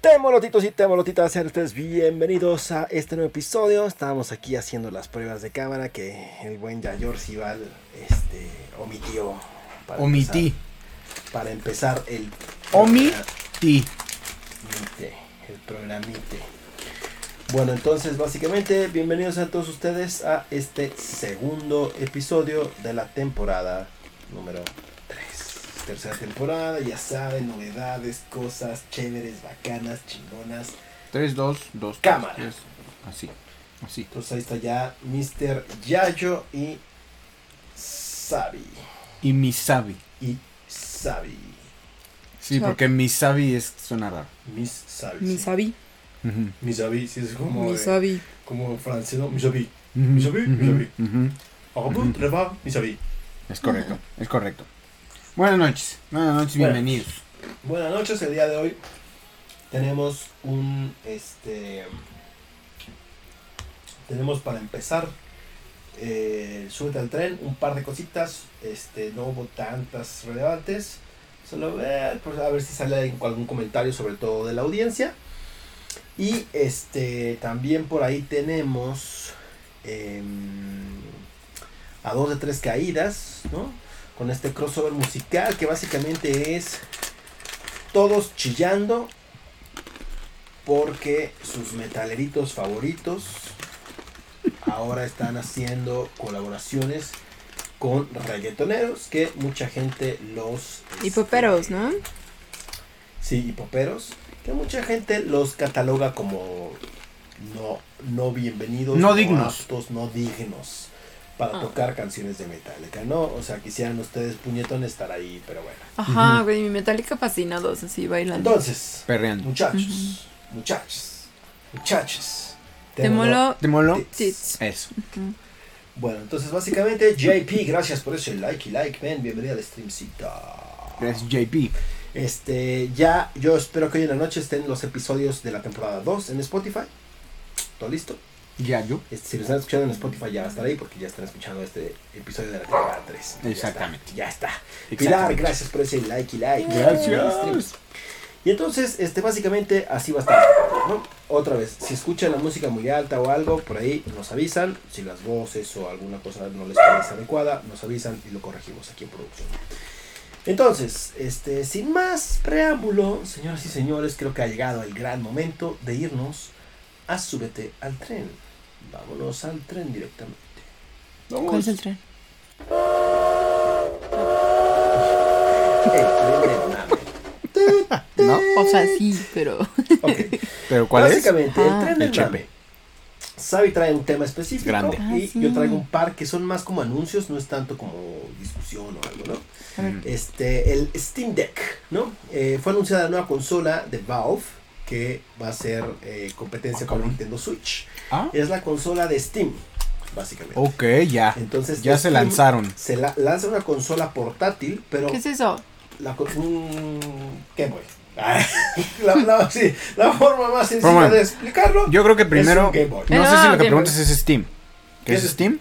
Temolotitos y temolotitas, sean ustedes bienvenidos a este nuevo episodio. Estábamos aquí haciendo las pruebas de cámara que el buen Yayor Sibal este, omitió. para Omití. empezar- para empezar el. Omití. programite, El programite. Bueno, entonces, básicamente, bienvenidos a todos ustedes a este segundo episodio de la temporada número 3. Tercera temporada, ya saben, novedades, cosas chéveres, bacanas, chingonas. 3, 2, 2. Cámara. Así. Así. Entonces ahí está ya Mr. Yayo y Sabi. Y Misabi. Y Sabi. Sí, porque Misabi es, suena raro. Miss Sabi. Mi sí. sabi, Ujú. Miss Sabi, sí, es como, mi eh, sabi. como francés, ¿no? Miss Sabi. Misabi, Ujú, Misabi. ujú. Au revoir, au revoir, Miss Sabi. Es correcto, es correcto. Buenas noches, buenas noches, Buenas. bienvenidos. Buenas noches, el día de hoy tenemos un, este, tenemos para empezar, eh, súbete al tren, un par de cositas, este, no hubo tantas relevantes, solo ver, pues, a ver si sale algún- algún comentario sobre todo de la audiencia. Y este, también por ahí tenemos em, a dos de tres caídas, ¿no? Con este crossover musical que básicamente es todos chillando porque sus metaleritos favoritos ahora están haciendo colaboraciones con reggaetoneros que mucha gente los... Y este, poperos, ¿no? Sí, y poperos, que mucha gente los cataloga como no, no bienvenidos, No dignos. aptos, no dignos para Ah. tocar canciones de Metallica, ¿no? O sea, quisieran ustedes puñetón estar ahí, pero bueno. Ajá, güey, mi metálica fascinados así bailando. Entonces, Perreando. muchachos, muchachos, muchachos. Te molo ¿Te molo? tits. Eso. Bueno, entonces básicamente JP, gracias por ese like y like, ven, bienvenida al streamcita. Gracias, JP. Este, ya, yo espero que hoy en la noche estén los episodios de la temporada 2 en Spotify. ¿Todo listo? Ya yo. Este, si lo están escuchando en Spotify ya va a estar ahí porque ya están escuchando este episodio de la temporada 3. Exactamente. Ya está. Pilar, Exactamente. gracias por ese like y like. Gracias. Y entonces, este, básicamente así va a estar. ¿no? Otra vez, si escuchan la música muy alta o algo, por ahí nos avisan. Si las voces o alguna cosa no les parece adecuada, nos avisan y lo corregimos aquí en producción. Entonces, este, sin más preámbulo, señoras y señores, creo que ha llegado el gran momento de irnos a súbete al tren. Vámonos al tren directamente. ¿Cuál es el tren? El tren del mame. ¿No? O sea, sí, pero. Ok. ¿Pero cuál es? Básicamente, el Ah. tren del El Chepe. mame. Sabi trae un tema específico Grande. Ah, y sí. yo traigo un par que son más como anuncios, no es tanto como discusión o algo, ¿no? A Mm. ver. Este, el Steam Deck, ¿no? Eh, fue anunciada la nueva consola de Valve que va a ser eh, competencia con Nintendo Switch. Ah, Es la consola de Steam, básicamente. ok, ya. Entonces, Oh, Ya se Steam lanzaron. Se la- lanza una consola portátil, pero ¿Qué es eso? la co- un Game Boy. la, la- sí, la forma más sencilla Forma. de explicarlo. Yo creo que primero. un Game Boy. No sé si Ah, lo que Game preguntas es Steam. ¿Qué ¿Qué es es? Steam?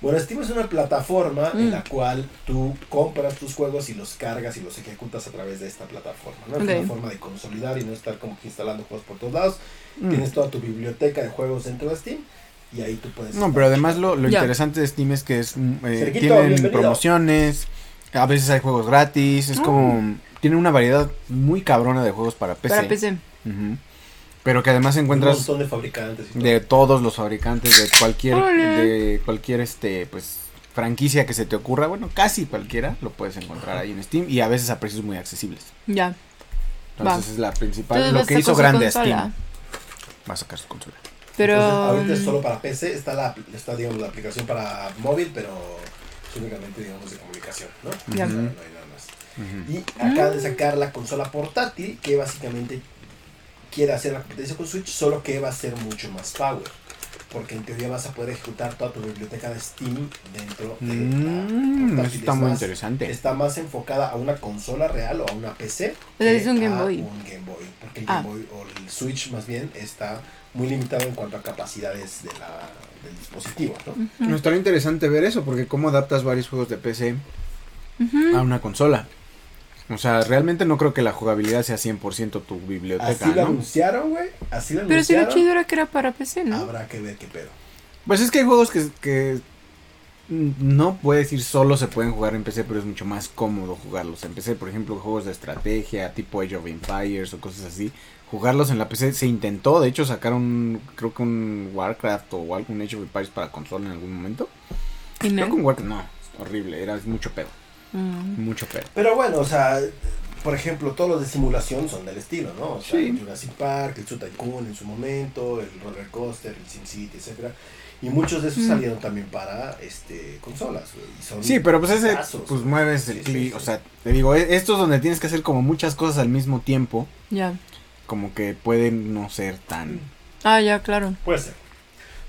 Bueno, Steam es una plataforma en Mm. la cual tú compras tus juegos y los cargas y los ejecutas a través de esta plataforma. ¿no? Ok. Es una forma de consolidar y no estar como que instalando juegos por todos lados. Mm. Tienes toda tu biblioteca de juegos dentro de Steam y ahí tú puedes. No, estar pero además lo, lo Ya. interesante de Steam es que es, mm, eh, Cerquito, tienen bienvenido. promociones, a veces hay juegos gratis, Ah. es como... Tienen una variedad muy cabrona de juegos para PC. Para PC. Ujú. Pero que además Un encuentras montón de fabricantes y todo. de todos los fabricantes, de cualquier, Órale. de cualquier este, pues, franquicia que se te ocurra, bueno, casi cualquiera lo puedes encontrar ahí en Steam y a veces a precios muy accesibles. Ya. Entonces Va. es la principal, Entonces va a lo que estar hizo con su grande a consola. Steam. Va a sacar su consola. Pero. mm. Entonces, ahorita es solo para PC, está, la, está digamos, la aplicación para móvil, pero es únicamente digamos de comunicación, ¿no? Ya. O sea, no hay nada más. Y acaba de sacar la consola portátil que básicamente quiere hacer la competencia con Switch, solo que va a ser mucho más power. Porque en teoría vas a poder ejecutar toda tu biblioteca de Steam dentro de Mm, la portátil. eso está Es muy más- interesante. Está más enfocada a una consola real o a una PC. O sea, es que un Game a Boy. un Game Boy. Porque el Ah. Game Boy o el Switch más bien está muy limitado en cuanto a capacidades de la- del dispositivo, ¿no? No estaría interesante ver eso, porque cómo adaptas varios juegos de PC a una consola. O sea, realmente no creo que la jugabilidad sea 100% tu biblioteca, Así lo ¿no? anunciaron, güey. Así lo Pero si anunciaron. lo chido era que era para PC, Ah, ¿no? Habrá que ver qué pedo. Pues es que hay juegos que, que mm, no puedes ir solo se pueden jugar en PC, pero es mucho más cómodo jugarlos en PC. Por ejemplo, juegos de estrategia, tipo Age of Empires o cosas así. Jugarlos en la PC se intentó, de hecho sacaron creo que un Warcraft o algún Age of Empires para consola en algún momento. Y Creo que no. un Warcraft no, es horrible, era mucho pedo, Mm. mucho pedo. Pero bueno, o sea, por ejemplo, todos los de simulación son del estilo, ¿no? O sea, Sí. Jurassic Park, el Zoo Tycoon en su momento, el Roller Coaster, el SimCity, etcétera. Y muchos de esos Mm. salieron también para este consolas, güey. y son Sí, pero pues ese, pedazos, pues güey. mueves el Sí, sí, clic, sí. o sea, te digo, e- esto es donde tienes que hacer como muchas cosas al mismo tiempo, Ya. como que pueden no ser Mm. tan... Ah, ya, claro. Puede ser.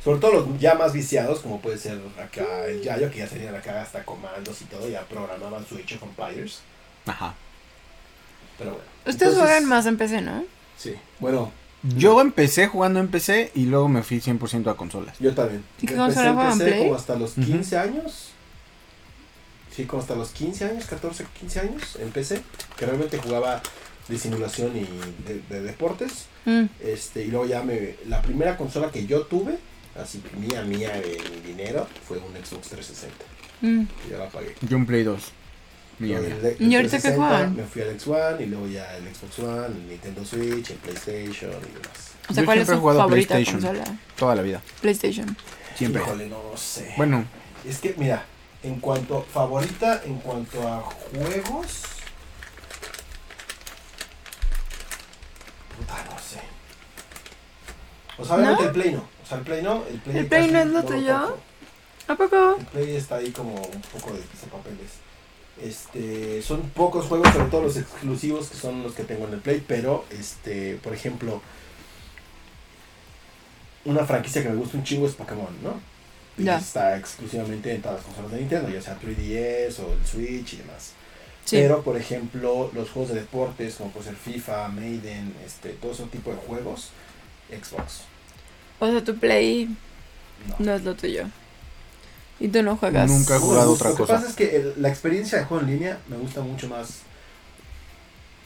Sobre todo los ya más viciados, como puede ser acá Mm. el Yayo, que ya tenían acá hasta comandos y todo, ya programaban su Age of Empires. Ajá. Pero bueno. Ustedes Entonces, juegan más en PC, ¿no? Sí. Bueno, Yo empecé jugando en PC y luego me fui 100% a consolas. Yo también. ¿Y qué Yo empecé- consola jugaban, empecé Play? como hasta los Ujú. 15 años. Sí, como hasta los 15 años, 14, 15 años empecé. Que realmente jugaba de simulación y de, de deportes. Mm. Este, y luego ya me. La primera consola que yo tuve, así que mía, mía de mi dinero, fue un Xbox 360. Mm. que Ya la pagué. Yo en Play 2. Mía, Luego mía. del- del ¿Y ahorita qué 360 juegan? Me fui al X1 y luego ya el Xbox One, el Nintendo Switch, el PlayStation y demás. O sea, Yo ¿cuál siempre es he tu jugado favorita PlayStation. consola? Toda la vida. PlayStation. Siempre. Híjole, no sé. Bueno, Es que, mira, en cuanto favorita, en cuanto a juegos. Puta, no sé. O sea, obviamente el Play no. O sea, el Play no. El Play, ¿El Play casi no es lo tuyo? toco. ¿A poco? El Play está ahí como un poco de papeles. Este, son pocos juegos, sobre todo los exclusivos que son los que tengo en el Play, pero este, por ejemplo, una franquicia que me gusta un chingo es Pokémon, ¿no? Y Ya. está exclusivamente en todas las consolas de Nintendo, ya sea 3DS o el Switch y demás. Sí. Pero, por ejemplo, los juegos de deportes, como puede ser FIFA, Maiden, este, todo ese tipo de juegos, Xbox. O sea, tu Play No. no es lo tuyo. Y tú no juegas. Nunca he No, jugado lo- otra lo cosa. que pasa es que el- la experiencia de juego en línea me gusta mucho más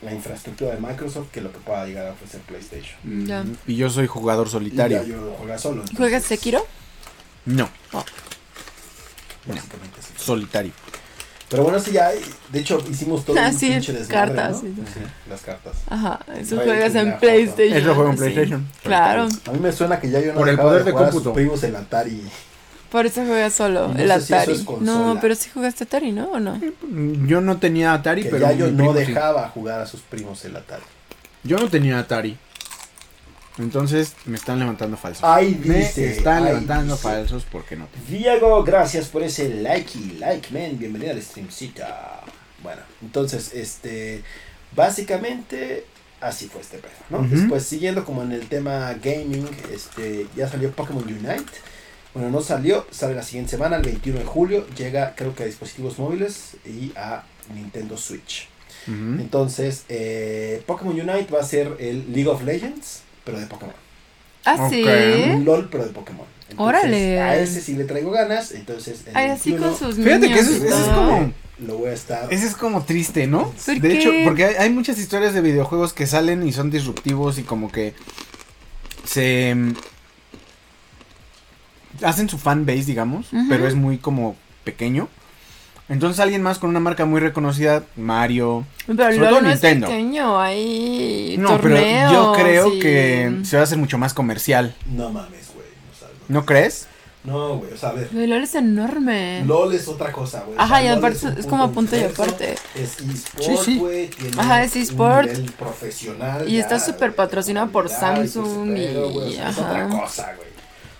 la infraestructura de Microsoft que lo que pueda llegar a ofrecer PlayStation. mm, Ya. y yo soy jugador solitario. Y ya yo juego solo. entonces, ¿Juegas Sekiro? No, Básicamente sí. solitario. Pero bueno, sí, ya. De hecho, hicimos todo Ah, un sí, pinche desmadre, cartas, ¿no? sí, sí. Sí, las cartas. Ajá, eso Ay, juegas qué en naco, PlayStation. Ah, Eso juego en sí. PlayStation. Claro, A mí me suena que ya yo no Por el dejaba poder de de jugar a sus cómputo. primos el Atari. por eso juegas solo, Y no el sé si eso Atari. es consola. no, pero sí jugaste Atari, ¿no? ¿O no? Mm, Yo no tenía Atari, Que pero... ya yo mi no primo sí. dejaba jugar a sus primos el Atari. Yo no tenía Atari. Entonces me están levantando falsos. Ay, me dice, Ah, están ay, levantando dice. falsos porque no tengo. Diego, gracias por ese like y like, man. Bienvenido al streamcita. Bueno, entonces, este. Básicamente, así fue este pedo, ¿no? Ujú. Después, siguiendo como en el tema gaming, este. Ya salió Pokémon Unite. Bueno, no salió, sale la siguiente semana, el 21 de julio. Llega, creo que a dispositivos móviles y a Nintendo Switch. Ujú. Entonces, eh, Pokémon Unite va a ser el League of Legends, pero de Pokémon. Ah, sí. Ok. Un LOL, pero de Pokémon. Entonces, Órale. A ese sí le traigo ganas, entonces. el Ay, así 21 con sus Fíjate que niños eso y es- eso es todo. como- Lo voy a estar. Ese es como triste, ¿no? ¿Por de qué? hecho, porque hay, hay muchas historias de videojuegos que salen y son disruptivos y como que se mm, hacen su fan base, digamos, Ujú. pero es muy como pequeño. Entonces alguien más con una marca muy reconocida, Mario. Pero Sobre LOL todo no Nintendo. es pequeño, hay No, pero torneos. yo creo y- que se va a hacer mucho más comercial. No mames, güey. No, sabes lo que ¿No es. crees? No, güey, o sea, a ver. Güey, LOL es enorme. LOL es otra cosa, güey. O Ajá, sea, y LOL aparte es un es puto como punto y universo, aparte. Es Sí, eSport, sí. güey. tiene Ajá, es eSport. Un nivel profesional. Y está ya, súper güey, patrocinado por calidad y todo ese Samsung y- pedo, güey, o sea, Es ajá. otra cosa, güey.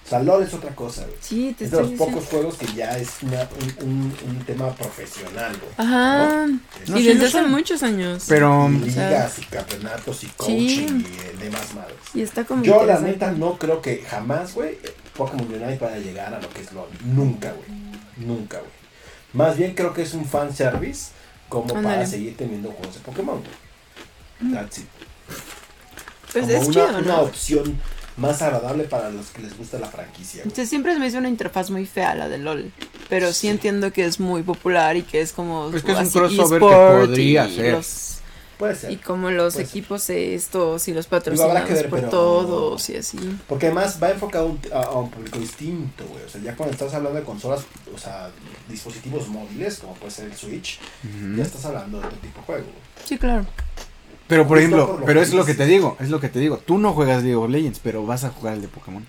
O sea, LOL es otra cosa, güey. Sí, te Es de los estoy diciendo. pocos juegos que ya es una- un, un- un tema profesional, güey. Ah, Ajá. No, y sí, desde lo hace son. muchos años. Pero Y sea- ligas y campeonatos y coaching y eh, demás madres. y está como. Yo la interesante. neta no creo que jamás, güey, Pokémon Unite vaya a llegar a lo que es LOL. Nunca, güey. Nunca, güey. Más bien creo que es un fan service como para Ándale. Mm. seguir teniendo juegos de Pokémon, güey. That's it. Pues como es una, chido, una ¿no? opción más agradable para los que les gusta la franquicia, güey. Entonces, siempre me hizo una interfaz muy fea la de LOL. Pero sí, entiendo que es muy popular y que es como. Pues que es un así, crossover que eSport podría y ser. los- Puede y ser. como los Puede ser. equipos estos y Digo, los Pues habrá patrocinados que ver, por pero- todos y así. Porque además va enfocado a un- a, a un público distinto, güey. O sea, ya cuando estás hablando de consolas, o sea, dispositivos móviles, como puede ser el Switch, Ujú. ya estás hablando de otro tipo de juego. güey. Sí, claro. Pero Justo por ejemplo, por lo pero que es lo que dices. te digo, es lo que te digo. Tú no juegas League of Legends, pero vas a jugar el de Pokémon.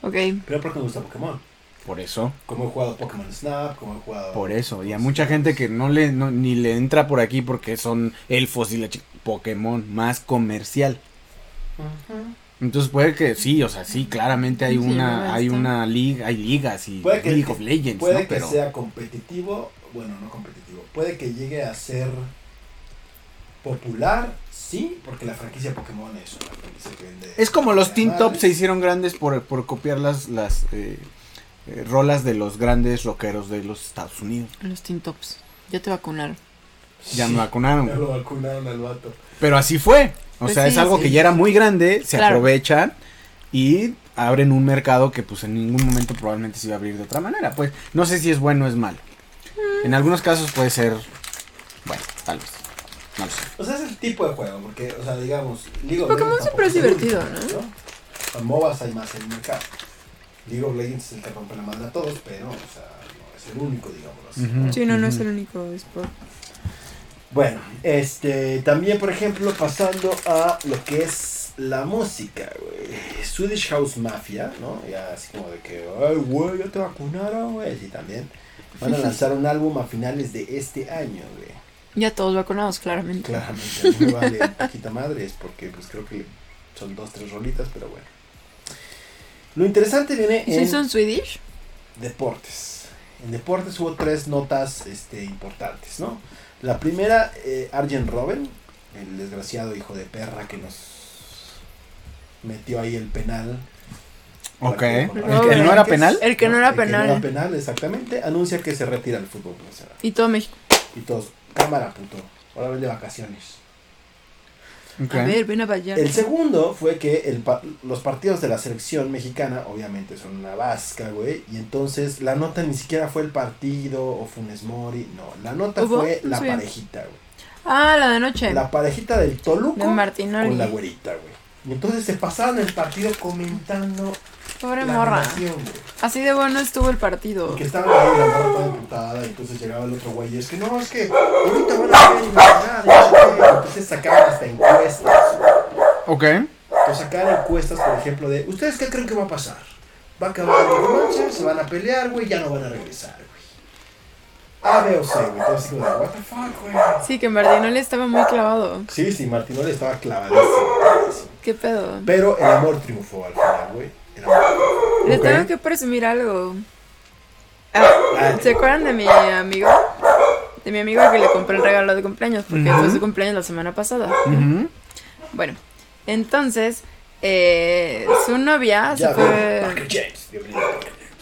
Ok. Pero porque me gusta Pokémon. Por eso. Como he jugado Pokémon Snap, como he jugado. Por eso. Y a mucha gente que no le no- ni le entra por aquí porque son elfos y la chi- Pokémon más comercial. Ujú. Entonces puede que sí, o sea, sí, claramente hay Sí, una no, hay está. una liga, hay ligas y Puede que- League of Legends, Puede ¿no? que Pero sea competitivo, bueno, no competitivo. Puede que llegue a ser popular, sí, porque la franquicia Pokémon es una franquicia que vende. es como los Teen Además, Top se hicieron grandes por, por copiar las las eh, eh, rolas de los grandes rockeros de los Estados Unidos. Los Teen Tops. Ya te vacunaron. Ya sí, me vacunaron. ya lo vacunaron al vato. Pero así fue. O Pues sea, sí, es algo sí. que ya era muy grande, se Claro. aprovechan y abren un mercado que pues en ningún momento probablemente se iba a abrir de otra manera. Pues no sé si es bueno o es malo. En algunos casos puede ser bueno, tal vez. No lo sé. O sea, es el tipo de juego, porque, o sea, digamos, League of Pokémon Legends siempre es tampoco divertido, único, ¿no? A MOBAs hay más en el mercado. League of Legends es el que rompe la madre a todos, pero, o sea, no es el único, digamos así. Ujú. ¿no? Sí, no, no es Ujú. el único sport. Bueno, este, también por ejemplo pasando a lo que es la música, güey. Swedish House Mafia, ¿no? Ya así como de que, ay, güey, ya te vacunaron, güey. Y también van a lanzar un álbum a finales de este año, güey. Ya todos vacunados, claramente. Claramente, no me vale poquita madres, porque pues creo que son dos, tres rolitas, pero bueno. Lo interesante viene ¿Y si en son Swedish? deportes. En deportes hubo tres notas este, importantes, ¿no? La primera, eh, Arjen Robben, el desgraciado hijo de perra que nos metió ahí el penal. Ok. Partido con ¿El, Robert. Argentina. que no era penal? El que no era penal. penal, exactamente. Anuncia que se retira del fútbol profesional. Y todo México. Y todos, cámara, puto. Ahora ven de vacaciones. Ok. A ver, ven a bailar. El segundo fue que el pa- los partidos de la selección mexicana, obviamente, son una vasca, güey. Y entonces la nota ni siquiera fue el partido o Funes Mori. No, la nota ¿Hubo? fue No la sabía. parejita, güey. Ah, la de noche. La parejita del Toluco De Martinoli. con la güerita, güey. Y entonces se pasaron el partido comentando Pobre la morra. animación, güey. Así de bueno estuvo el partido. Porque estaban ahí la morra toda emputada, y entonces llegaba el otro güey y es que no, es que ahorita van a ver y no sé nada, y no sé qué. Y Entonces sacaban hasta encuestas, Ok. O sacar encuestas, por ejemplo, de ¿Ustedes qué creen que va a pasar? ¿Va a acabar el romance? ¿Se van a pelear, güey? ¿Ya no van a regresar, güey? A, B o C, güey. Entonces, como de, ¿What the fuck, güey? Sí, que Martinoli estaba muy clavado. Sí, sí, Martinoli estaba clavadísimo. clavadísimo. ¿Qué pedo? Pero el amor triunfó al final, güey. El amor. Les Ok. tengo que presumir algo. Ah, Ah, ¿Se acuerdan de mi amigo? De mi amigo al que le compré el regalo de cumpleaños, porque fue su cumpleaños la semana pasada. Ujú. Bueno, entonces, eh, su novia ya, se güey. fue. Michael James. Dios mío.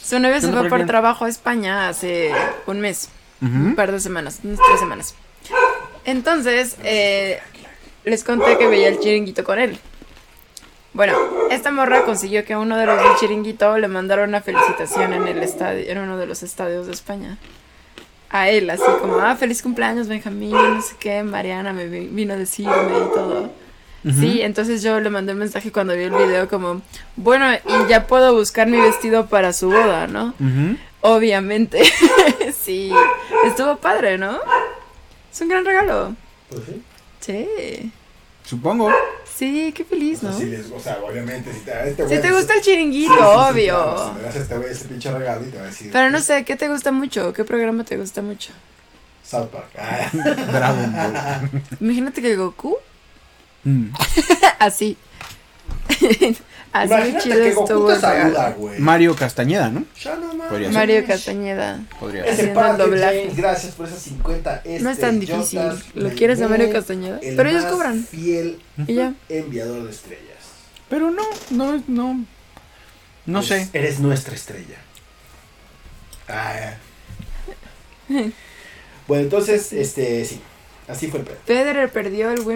Su novia se Yo no fue creo por que- trabajo a España hace un mes, un Ujú. par de semanas, unas tres semanas. Entonces, eh, les conté que veía el chiringuito con él. Bueno, esta morra consiguió que a uno de los del chiringuito le mandara una felicitación en el estadio, en uno de los estadios de España. A él, así como, ah, feliz cumpleaños, Benjamín, no sé qué, Mariana me vi- vino a decirme y todo. Sí, entonces yo le mandé un mensaje cuando vi el video como, bueno, y ya puedo buscar mi vestido para su boda, ¿no? Ujú. Obviamente, sí, estuvo padre, ¿no? Es un gran regalo. Pues sí. Sí. Supongo. Sí, qué feliz, O ¿no? sea, sí Pues les- o sea, obviamente, si te, a este Si güey- te gusta el Sí, chiringuito, sí, sí, claro, obvio. si le das a este güey ese pinche regalo y te va a decir. Pero no sé, ¿qué te gusta mucho? ¿Qué programa te gusta mucho? South Park. Ah, Dragon Ball. Imagínate que Goku, Mm. así. así de imagínate chido que Goku estuvo te el regalo. saluda, güey. Mario Castañeda, ¿no? Ya no mames. Podría ser. Mario Castañeda. Podría ser. Ese haciendo el padre, doblaje. Jane, gracias por esas 50 este, No es tan difícil. yotas, ¿Lo del quieres a Mario mes, Castañeda? el Pero ellos más cobran. fiel Y ya. enviador de estrellas. Pero no, no, no. No sé. Eres- Eres nuestra estrella. Ah. bueno, entonces, este, sí. Así fue el pedo. Federer perdió el hablando,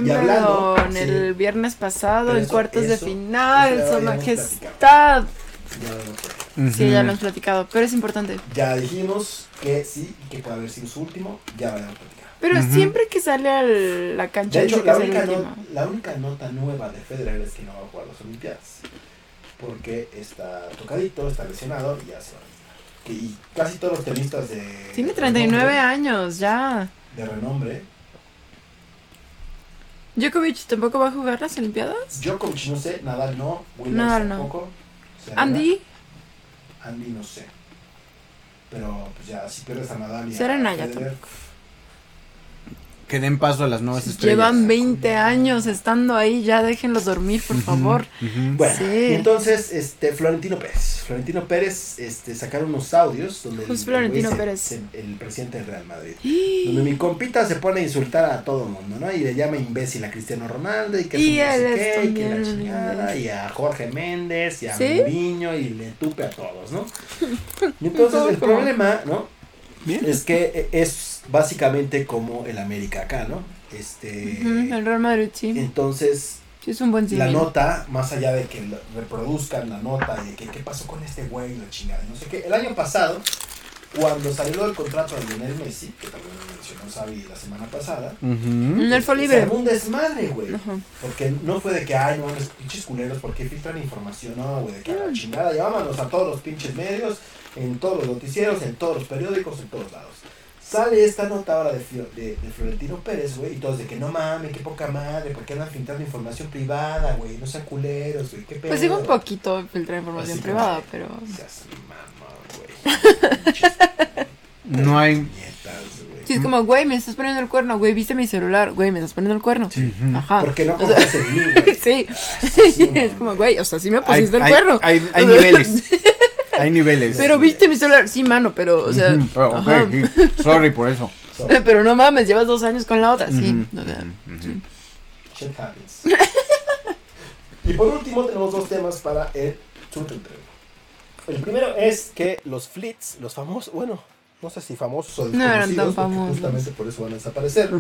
Wimbledon sí. el viernes pasado Pero en eso- cuartos de eso- final, eso ya su lo habíamos majestad. Ya, no fue. Sí, Ujú. ya lo hemos platicado, pero es importante. Ya dijimos que sí, que puede haber sido su último. Ya lo a platicar. Pero Ujú. siempre que sale a la cancha De hecho, dice que la es el única, no- último. la única nota nueva de Federer es que no va a jugar las Olimpiadas. Porque está tocadito, está lesionado y ya se va. Que- Y casi todos los tenistas de. Tiene de 39 renombre- años, ya. De renombre. Djokovic tampoco va a jugar las Olimpiadas. Djokovic no sé, Nadal no, Williams Nadal no. tampoco. Serena- Andy, Andy no sé. Pero pues ya, si pierdes a Nadal y a Serena ya Federer, Que den paso a las nuevas estrellas. llevan 20 años estando ahí, ya déjenlos dormir, por favor. Ujú. Bueno, Sí. y entonces, este, Florentino Pérez. Florentino Pérez, este, sacaron unos audios donde Pues el- Florentino el, güey se- Pérez. se- el presidente del Real Madrid. Donde mi compita se pone a insultar a todo mundo, ¿no? Y le llama imbécil a Cristiano Ronaldo y que es Y un no sé él es qué, y que también la un chingada, imbécil. y a Jorge Méndez, y a ¿Sí? Mourinho, y le tupe a todos, ¿no? Y entonces el Poco. problema, ¿no? Bien. Es que eh, es básicamente como el América acá, ¿no? Este. Ujú, el Real Madrid sí. Entonces, Sí, es un buen la civil. nota, más allá de que lo- reproduzcan la nota de que qué pasó con este güey, la chingada, no sé qué. El año pasado, cuando salió el contrato de Lionel Messi, que también lo mencionó Xavi la semana pasada, Ujú. No, él fue se libre. armó un desmadre, güey. Ajá. Porque no fue de que, ay, no, los pinches culeros, porque filtran información, no, güey, de que a Mm. la chingada, llámanos a todos los pinches medios, en todos los noticieros, en todos los periódicos, en todos lados. Sale esta nota ahora de, Fio- de, de Florentino Pérez, güey, y todos de que no mames, qué poca madre, porque andan filtrando información privada, güey, no sean culeros, güey, qué pedo. Pues digo un poquito filtrar información Así como privada, de, pero. Seas mamón, güey. Pinches No hay. nietas, güey. Sí, es como, güey, me estás poniendo el cuerno, güey, viste mi celular, güey, me estás poniendo el cuerno. Ujú. Ajá. Porque no O sea, confías en mí, güey. Sí. es como, güey, o sea, sí me Hay, pusiste el hay- cuerno. hay- hay niveles. Hay niveles. Pero viste mi celular, sí, mano, pero, o sea, Ujú. Oh, ok, ajá. sí. Sorry por eso. So, pero no mames, llevas dos años con la otra, Ah, sí. Ujú. o sea, Ujú. Shit happens. y por último tenemos dos temas para el Super Entreno. El primero es que los Flits, los famosos, bueno, no sé si famosos o No eran desconocidos, tan porque famosos. justamente por eso van a desaparecer.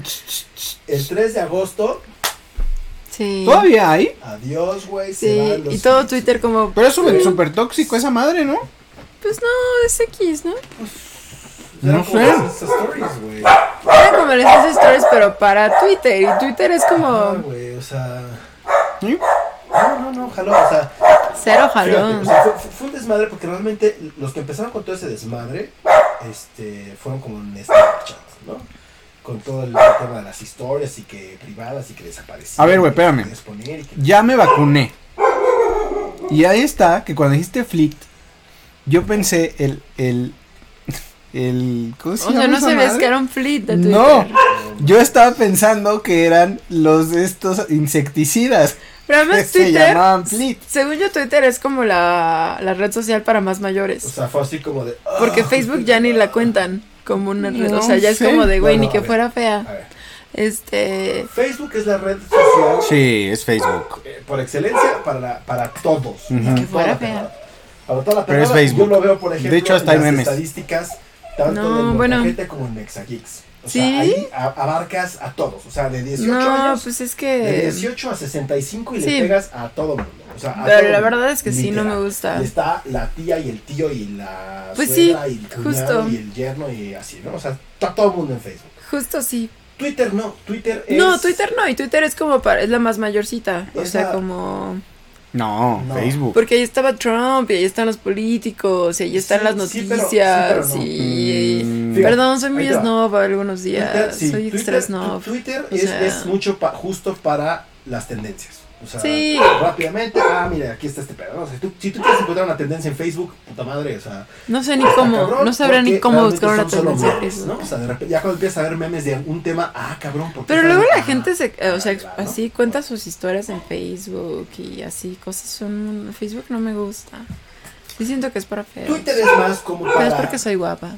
El 3 de agosto, sí. Todavía hay. adiós, güey. se Sí, van los y todo Fleets, Twitter como, Pero es súper súper tóxico esa madre, ¿no? pues no, es X, ¿no? güey. no Eran como sé. esas stories, güey. Era como las esas stories, pero para Twitter, y Twitter es Ah, como güey, o sea. ¿Sí? No, no, no, jalón, o sea. cero Fíjate, pues, o jalón. sea, fue, fue- fue un desmadre porque realmente los que empezaron con todo ese desmadre este, fueron como en Snapchat, ¿no? Con todo el tema de las historias y que privadas y que desaparecían. A ver, güey, y que espérame. podías poner y que- Ya me vacuné. Y ahí está, que cuando dijiste flit, yo pensé el. el, el ¿Cómo se O sea, llama no esa sabías madre? que era un fleet de Twitter. No, yo estaba pensando que eran los de estos insecticidas. Pero Que además se Twitter, llamaban flit. según yo Twitter es como la, la red social para más O mayores. sea, fue así como de. ah, Porque Facebook ya ni la cuentan como una red. O sea, ya es No sé. como de, güey, No, no, ni que a ver. fuera A fea. ver, Este... Facebook es la red social Sí, es Facebook. eh, por excelencia para, para todos. Ujú. para Que fuera toda la fea. perrada. Para toda la Pero es perrada, Facebook. Yo lo veo, por ejemplo, De hecho, hasta hay en las memes. estadísticas, tanto No, del bueno. Molcajete como en Mexageeks. O sea, ¿Sí? ahí a- abarcas a todos. O sea, de 18 No, años. pues es De que... 18 a 65 y Sí. le pegas a todo mundo. O sea, a Pero todo la mundo, verdad es que sí, no me gusta. Y está la tía y el tío y la Pues suegra sí, y el cuñado justo. y el yerno y así, ¿no? O sea, está todo el mundo en Facebook. Justo sí. Twitter no, Twitter es... No, Twitter no, y Twitter es como para... Es la más mayorcita. O Es sea, la- como... No, No. Facebook. Porque ahí estaba Trump y ahí están los políticos y ahí están Sí, las sí, pero- noticias sí, pero no. y... Mm. Fíjate, Perdón, soy ahí muy te va. snob algunos Twitter, días, sí, soy Twitter- extra snob. tu- Twitter O es, sea- es mucho pa- justo para las tendencias. O sea, Sí. rápidamente, ah, mira, aquí está este pedo. ¿no? O sea, tú- si tú quieres encontrar una tendencia en Facebook, puta madre, o sea, No sé ni está cómo, Ah, cabrón, no sabrá ni porque cómo realmente buscar una son solo tendencia. memes, eso. ¿no? O sea, de repente, ya cuando empiezas a ver memes de un tema, ah, cabrón, ¿por qué Pero sale? luego la Ah, gente se, eh, o sea, bla, bla, ¿no? así cuenta sus historias en Facebook y así cosas. Son, Facebook no me gusta. Sí siento que es para feos. Twitter es más como Pero para... es porque soy guapa.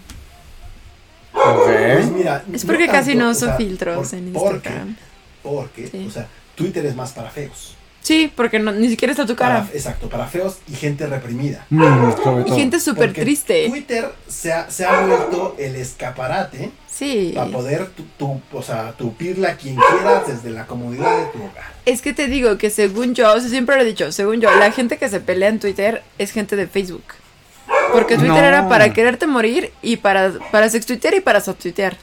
Pues Ok. mira, Es porque tanto, casi no o uso sea, filtros por- en porque- Instagram. Porque, Sí. o sea, Twitter es más para feos. Sí, porque no- ni siquiera está tu cara. Para- exacto, para feos y gente reprimida. Mm, sobre Y todo. gente súper Porque triste. Twitter se ha, se ha vuelto el escaparate Sí. para poder tu, tu- o sea, tupirla a quien quieras desde la comodidad de tu hogar. Es que te digo que según yo, o sea, siempre lo he dicho, según yo, la gente que se pelea en Twitter es gente de Facebook. Porque Twitter No. era para quererte morir y para, para sextuitear y para satuitear.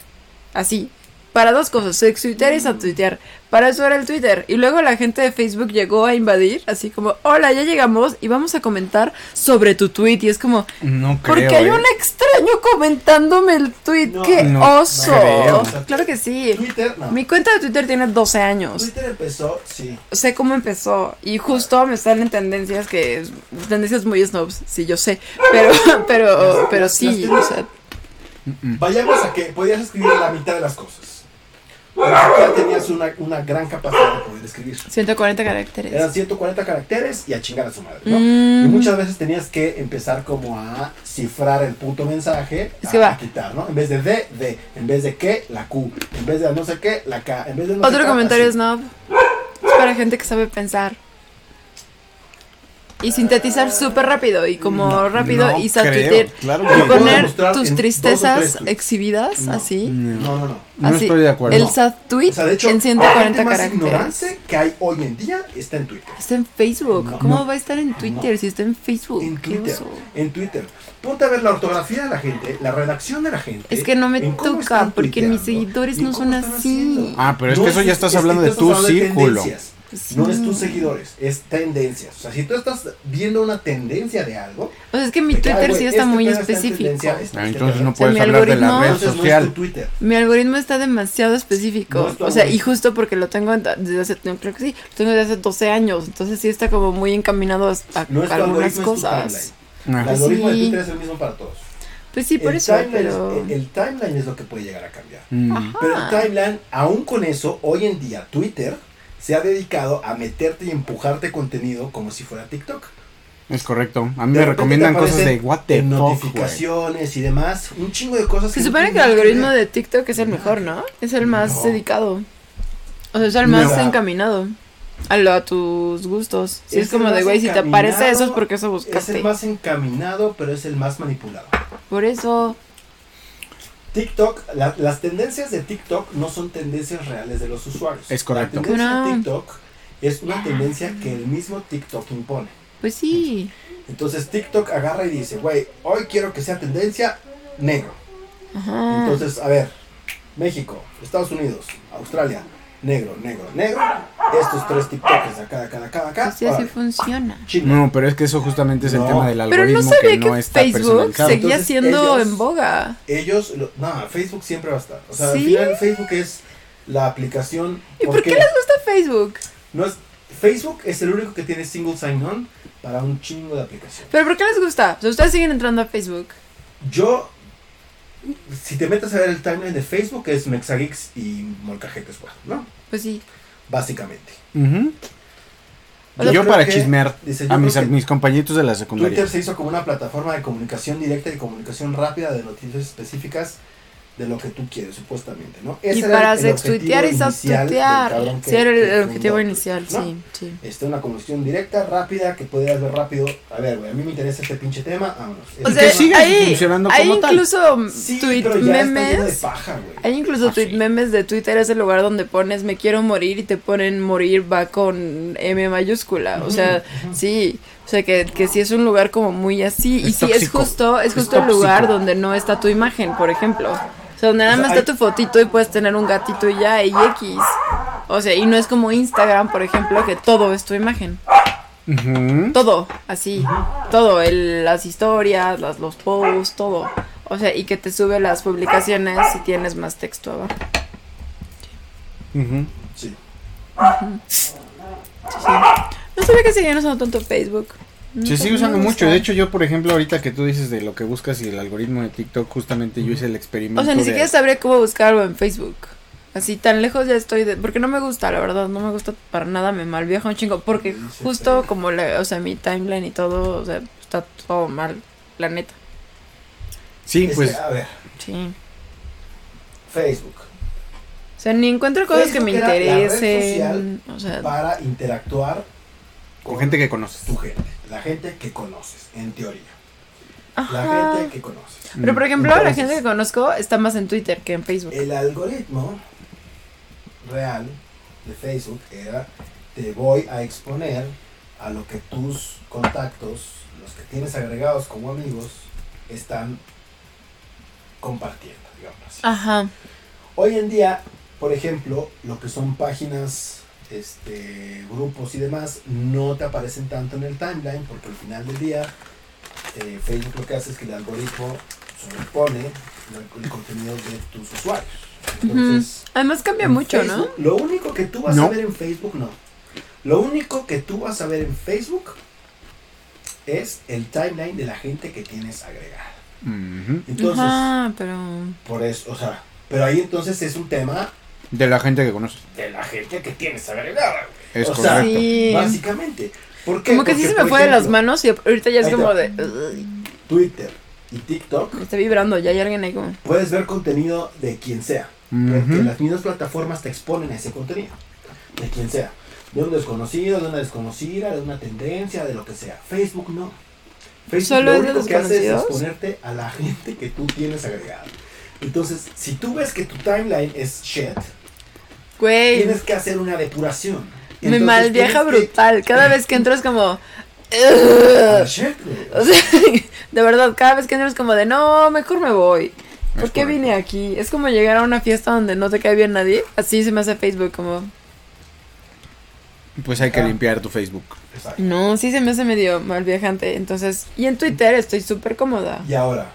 Así. Para dos cosas, sextuitear y satuitear. Para eso era el Twitter. Y luego la gente de Facebook llegó a invadir, así como, hola, ya llegamos y vamos a comentar sobre tu tweet. Y es como, No creo. porque hay eh. un extraño comentándome el tweet. No, ¡Qué no oso! creo. Claro que sí. Twitter, no. Mi cuenta de Twitter tiene 12 años Twitter empezó, sí. sé cómo empezó y justo me salen tendencias que tendencias muy snobs, sí yo sé, pero pero pero sí, o sea, Vayamos a que podías escribir la mitad de las cosas. Pero ya tenías una, una gran capacidad de poder escribir. 140 caracteres. Eran 140 caracteres y a chingar a su madre, ¿no? Y Mm. muchas veces tenías que empezar como a cifrar el puto mensaje, Es a, que va. a quitar, ¿no? En vez de D, D, en vez de que, la Q, en vez de no sé qué, la K, en vez de no sé Otro qué, comentario así. snob es para gente que sabe pensar. Y sintetizar súper rápido y como rápido no y creo, satuitear. claro y que no. Mm. Puedo poner demostrar en dos tus o tres tristezas tweets. exhibidas No. así. No, No, no, no. no así. estoy de acuerdo. El sad tweet O sea, de hecho, en la gente 140 más caracteres. ignorante que hay hoy en día está en Twitter. Está en Facebook. No. ¿Cómo No. va a estar en Twitter si está en Facebook? En Qué Twitter. oso. En Twitter. Ponte a ver la ortografía de la gente, la redacción de la gente. Es que no me en cómo toca, están porque mis tuiteando, seguidores en no cómo son están así. haciendo. Ah, pero es No que eso ya estás hablando de estás tu hablando de círculo. tendencias. Pues sí. No es tus seguidores, es tendencias. O sea, si tú estás viendo una tendencia de algo, O sea, es que mi de que, ah, Twitter güey, sí este está muy pedo en específico. tendencia, este- Ah, este entonces pedo. no sea, puedes mi hablar de la algoritmo- red Entonces no es social. tu Twitter. Mi algoritmo está demasiado específico. No es tu o sea, y algoritmo. justo porque lo tengo en- desde hace, no, creo que sí, lo tengo desde hace 12 años. Entonces sí está como muy encaminado a, a No es tu algunas algoritmo, es tu cosas. timeline. Ah, El algoritmo sí. de Twitter es el mismo para todos. Pues sí, por el, eso, timeline pero... es, el- el timeline es lo que puede llegar a cambiar. mm. Pero el Ah. timeline, aún con eso, hoy en día Twitter se ha dedicado a meterte y empujarte contenido como si fuera TikTok. Es correcto. A mí De me repente recomiendan te cosas de aparecen what the en fuck, güey. notificaciones y demás, un chingo de cosas. Se no supone tienen que el nada algoritmo ver. de TikTok es el mejor, ¿no? Es el más No. dedicado. O sea, es el No. más encaminado a, lo, a tus gustos. Sí, Es es, como el de, más güey, si te encaminado, aparece eso es porque eso es buscaste. el más encaminado, pero es el más manipulado. Por eso... TikTok, la- las tendencias de TikTok no son tendencias reales de los usuarios. Es correcto. La tendencia de No. Ah. TikTok es una tendencia que el mismo TikTok impone. Pues sí. Entonces TikTok agarra y dice, güey, hoy quiero que sea tendencia negro. Ajá. Entonces, a ver, México, Estados Unidos, Australia, negro, negro, negro, estos tres TikToks de acá, de acá, de acá, de acá. Pues sí, así órale, funciona. chinga. No, pero es que eso justamente es el No. tema del Pero algoritmo no sabía que que, no está Facebook personalizado. seguía Entonces, siendo ellos- en boga. Ellos, lo- no, Facebook siempre va a estar. O sea, ¿Sí? al final Facebook es la aplicación. ¿Y por qué les gusta Facebook? no es, Facebook es el único que tiene single sign-on para un chingo de aplicaciones. ¿Pero por qué les gusta? O sea, ustedes siguen entrando a Facebook. Yo, si te metes a ver el timeline de Facebook, es Mexageeks y Molcajetes, bueno, ¿no? Pues sí. Básicamente. Ujú. O sea, Yo creo para que- chismear dice, yo a mis, creo a que mis compañeritos de la secundaria. Twitter se hizo como una plataforma de comunicación directa y comunicación rápida de noticias específicas de lo que tú quieres, supuestamente, ¿no? Ese y era para el- el objetivo sextuitear y inicial del satuitear. cabrón que- Sí, era que el, fundó objetivo Twitter, inicial, ¿no? sí, sí. Este, una comunicación directa, rápida, que pudieras ver rápido. A ver, güey, a mí me interesa este pinche tema, vámonos. O Este sea, que tema- sigue hay, funcionando hay como tal. incluso Sí, tweet pero ya está lleno de memes. paja, güey. Hay incluso Ah, tweet sí. memes de Twitter, es el lugar donde pones me quiero morir y te ponen morir va con M mayúscula. O sea, sí. O sea, que, que sí es un lugar como muy así. y Es sí, es tóxico. justo, es Es justo el tóxico. lugar donde no está tu imagen, por ejemplo. O sea, donde O nada sea, más hay- está tu fotito y puedes tener un gatito y ya, y X. O sea, y no es como Instagram, por ejemplo, que todo es tu imagen. Ujú. todo, así, todo, el- las historias, las, los posts, todo. O sea, y que te sube las publicaciones si tienes más texto abajo. Ujú. Sí. No sabía que seguían usando tanto Facebook. No Se sé, sigue no usando me mucho. gusta. De hecho, yo, por ejemplo, ahorita que tú dices de lo que buscas y el algoritmo de TikTok, justamente yo hice el experimento. O sea, ni de- siquiera sabría cómo buscarlo en Facebook. Así tan lejos ya estoy de... Porque no me gusta, la verdad, no me gusta para nada, me malviaja un chingo. Porque justo como, la, o sea, mi timeline y todo, o sea, está todo mal, la neta. Sí, Es pues. que, Este, a ver, Sí. Facebook. O sea, ni encuentro cosas que me Facebook era la red interesen. O sea, Para interactuar Con gente que conoces. tu gente. La gente que conoces, en teoría. La ajá. gente que conoces. Pero por Mm. ejemplo, la Entonces- gente que conozco está más en Twitter que en Facebook. El algoritmo real de Facebook era te voy a exponer a lo que tus contactos, los que tienes agregados como amigos, están compartiendo, digamos así. Ajá. Hoy en día, por ejemplo, lo que son páginas, este, grupos y demás, no te aparecen tanto en el timeline porque al final del día eh, Facebook lo que hace es que el algoritmo sobrepone lo- el contenido de tus usuarios. Entonces, Además cambia en mucho, ¿no? Facebook, Lo único que tú vas No. a ver en Facebook, no. Lo único que tú vas a ver en Facebook es el timeline de la gente que tienes agregada. Ujú. Entonces, Ajá, pero... por eso, o sea, pero ahí entonces es un tema De la gente que conoces. de la gente que tienes agregada, güey. Es O sea, correcto. Sí. Básicamente. ¿Por qué? Como que sí Porque, se me por fue de las ejemplo, manos y ahorita ya es Ahí te como va. de... "Ugh". Twitter y TikTok Me está vibrando, ya hay alguien ahí como... puedes ver contenido de quien sea. Porque Ujú. las mismas plataformas te exponen a ese contenido. De quien sea. De un desconocido, de una desconocida, de una tendencia, de lo que sea. Facebook no. Facebook ¿Solo lo es de único que hace es desconocidos? exponerte a la gente que tú tienes agregada. Entonces, si tú ves que tu timeline es shit, Güey, tienes que hacer una depuración. me Entonces, malviaja tienes que- brutal. Cada vez que entro es como... al "Ugh". shit, güey. O sea, de verdad, cada vez que entro es como de... No, mejor me voy. ¿Por Es qué correcto. vine aquí? Es como llegar a una fiesta donde no te cae bien nadie. Así se me hace Facebook como... Pues Ah. hay que limpiar tu Facebook. Exacto. No, sí se me hace medio mal viajante. Entonces, y en Twitter estoy súper cómoda. Y ahora,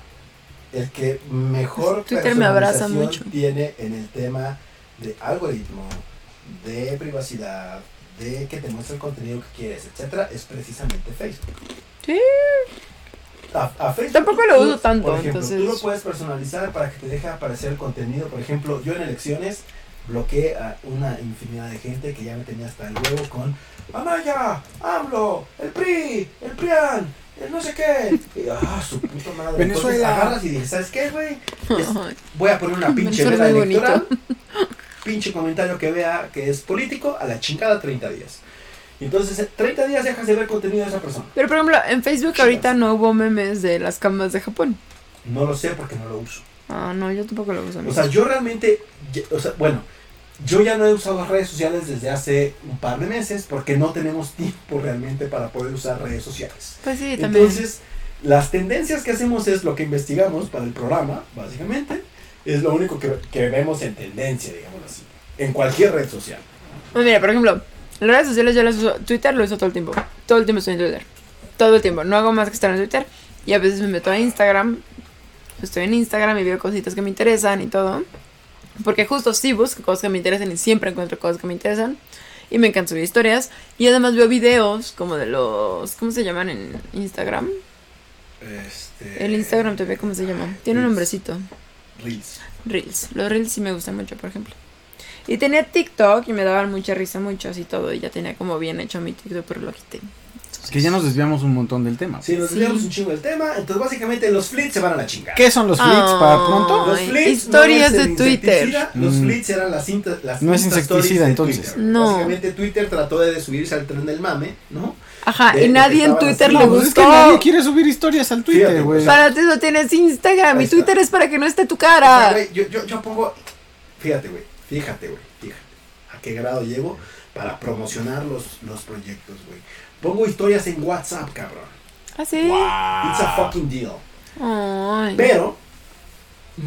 el que mejor Este Twitter me abraza personalización mucho. tiene en el tema de algoritmo, de privacidad, de que te muestra el contenido que quieres, etcétera, es precisamente Facebook. Sí. A, a Facebook Tampoco tú- lo uso tú, tanto, Por ejemplo, entonces- tú lo puedes personalizar para que te deje aparecer el contenido. Por ejemplo, yo en elecciones bloqueé a una infinidad de gente que ya me tenía hasta el huevo con Amaya, AMLO, el PRI, el PRIAN, el no sé qué. Y, ah, su puta madre. Entonces, Venezuela. agarras y dices, ¿sabes qué, güey? Es- Ay, voy a poner una pinche Venezuela vela es muy electoral, pinche comentario que vea que es político, a la chingada 30 días. Entonces, en 30 días dejas de ver contenido de esa persona. Pero por ejemplo, en Facebook ahorita no hubo memes de las camas de Japón. No lo sé porque no lo uso. Ah, no, yo tampoco lo uso. O amigo. sea, yo realmente, ya- o sea, bueno, yo ya no he usado las redes sociales desde hace un par de meses porque no tenemos tiempo realmente para poder usar redes sociales. Pues sí, también. Entonces, las tendencias que hacemos es lo que investigamos para el programa, básicamente, es lo único que, que vemos en tendencia, digámoslo así, en cualquier red social. Pues mira, por ejemplo, las redes sociales yo las uso. Twitter lo uso todo el tiempo. Todo el tiempo estoy en Twitter. Todo el tiempo. No hago más que estar en Twitter. Y a veces me meto a Instagram. Estoy en Instagram y veo cositas que me interesan y todo. Porque justo sí busco cosas que me interesan y siempre encuentro cosas que me interesan. Y me encanta subir historias. Y además veo videos como de los... ¿Cómo se llaman en Instagram? Este, El Instagram TV, ¿cómo se llama? Tiene un nombrecito. Reels. Reels. Los Reels sí me gustan mucho, por ejemplo. Y tenía TikTok y me daban mucha risa muchos y todo. Y ya tenía como bien hecho mi TikTok, pero lo quité. Es que ya nos desviamos un montón del tema. Sí, nos Sí. desviamos un chingo del tema, entonces básicamente los flits se van a la chingada. ¿Qué son los flits Ah. para pronto? Los Ay, flits historias no es de el Twitter. insecticida, Los Mm. flits eran las cintas. Las No es insta stories insecticida, de entonces. Twitter. No. Básicamente Twitter trató de subirse al tren del mame, ¿no? Ajá, Eh, y nadie en estaban Twitter así. le No, pues es que gustó. nadie quiere subir historias al Twitter, Fíjate, o güey. sea, Para ti no tienes Instagram Ahí y está. Twitter es para que no esté tu O sea, cara. güey, yo, yo, yo pongo. Fíjate, güey. Fíjate, güey. Fíjate. A qué grado llego para promocionar los, los proyectos, güey. Pongo historias en WhatsApp, cabrón. Así. It's Ah. a fucking deal. Pero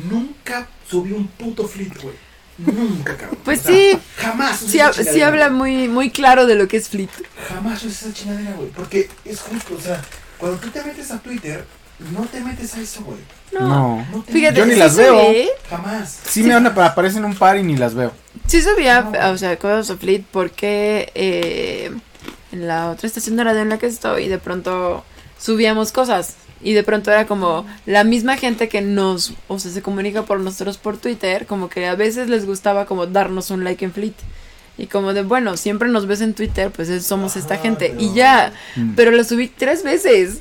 nunca subí un puto flip, güey. Nunca, cabrón. Pues O sea, sí. Jamás. usé Sí, esa ha- sí chingadera, habla muy, muy claro de lo que es Fleet. güey. Jamás usé esa chingadera, güey. Porque es justo, o sea, cuando tú te metes a Twitter, no te metes a eso, güey. No. No te Fíjate, Yo ni sí las veo. subí- Jamás. Sí, me van a aparecen un par y ni las veo. Sí subía, No. o sea, cosas a Fleet porque eh, en la otra estación de radio en la que estoy, de pronto subíamos cosas. Y de pronto era como la misma gente que nos, o sea, se comunica por nosotros por Twitter, como que a veces les gustaba como darnos un like en Fleet. Y como de, bueno, siempre nos ves en Twitter, pues es- somos esta Ah, Ajá, gente. Y pero- ya, Mm. pero lo subí tres veces.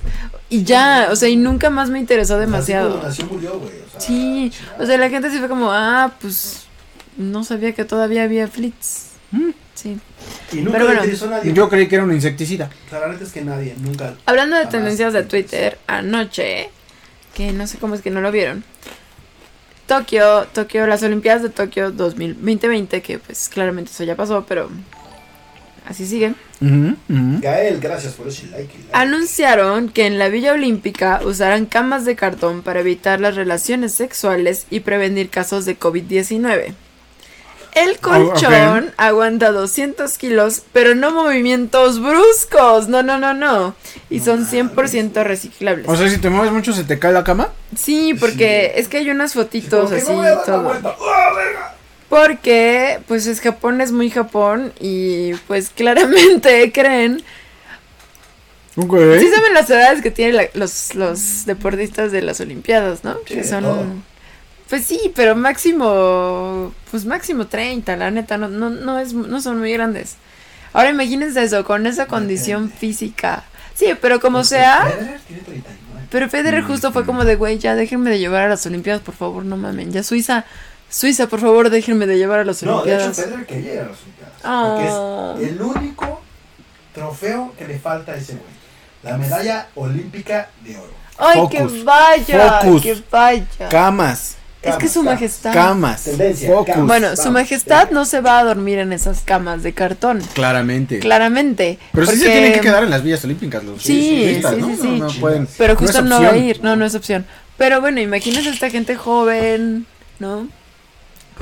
Y ya, o sea, y nunca más me interesó demasiado. Así como nació, murió, güey. O sea, Sí, o sea, la gente sí fue como, ah, pues no sabía que todavía había flits. Mm. Sí. Y nunca Pero le bueno. interesó a nadie. Yo creí que era un insecticida. O sea, la neta es que nadie, nunca. Hablando de Jamás tendencias de te Twitter, anoche, que no sé cómo es que no lo vieron. Tokio, Tokio, las Olimpiadas de Tokio 2000 2020, que pues claramente eso ya pasó, pero así sigue. Ujú, ujú. Gael, gracias por ese like. y Ah, like. Anunciaron que en la Villa Olímpica usarán camas de cartón para evitar las relaciones sexuales y prevenir casos de COVID-19. Oh, El colchón aguanta 200 kilos, pero no movimientos bruscos. No, no, no, no. Y son 100% reciclables. O sea, si te mueves mucho, se te cae la cama. sí, porque es que hay unas Como fotitos que así. no voy a dar la todo. vuelta. ¡Ah, verga! Porque, pues, es Japón es muy Japón y, pues, claramente creen Ok. Sí saben las edades que tienen la- los, los deportistas de las Olimpiadas, ¿no? Sí, que de son... todo. Pues sí, pero máximo, pues máximo 30, la neta, no, no, no, es, no son muy grandes. Ahora imagínense eso, con esa condición física. Sí, pero como sea, Pues Federer tiene 39. pero Federer Mm, justo fue como de, güey, ya déjenme de llevar a las Olimpiadas, por favor, no mamen, ya Suiza, Suiza, por favor, déjenme de llevar a las No, de hecho, Olimpiadas. Federer quería ir a las Olimpiadas. Ah. Porque es el único trofeo que le falta a ese güey. La medalla olímpica de oro. Ay, que Focus. vaya, Focus. que vaya. Camas, es que su Camas, majestad. camas, Tendencia, focus. camas. Bueno, Vamos, su majestad no se va a dormir en esas camas de cartón, Claramente. claramente. Pero sí se porque- tienen que quedar en las villas olímpicas los Sí, ciclistas, sí, ¿no? sí, sí. No, no pueden. Pero no es justo no, va a opción. ir, no, no es opción. Pero bueno, imagínense esta gente joven, ¿no?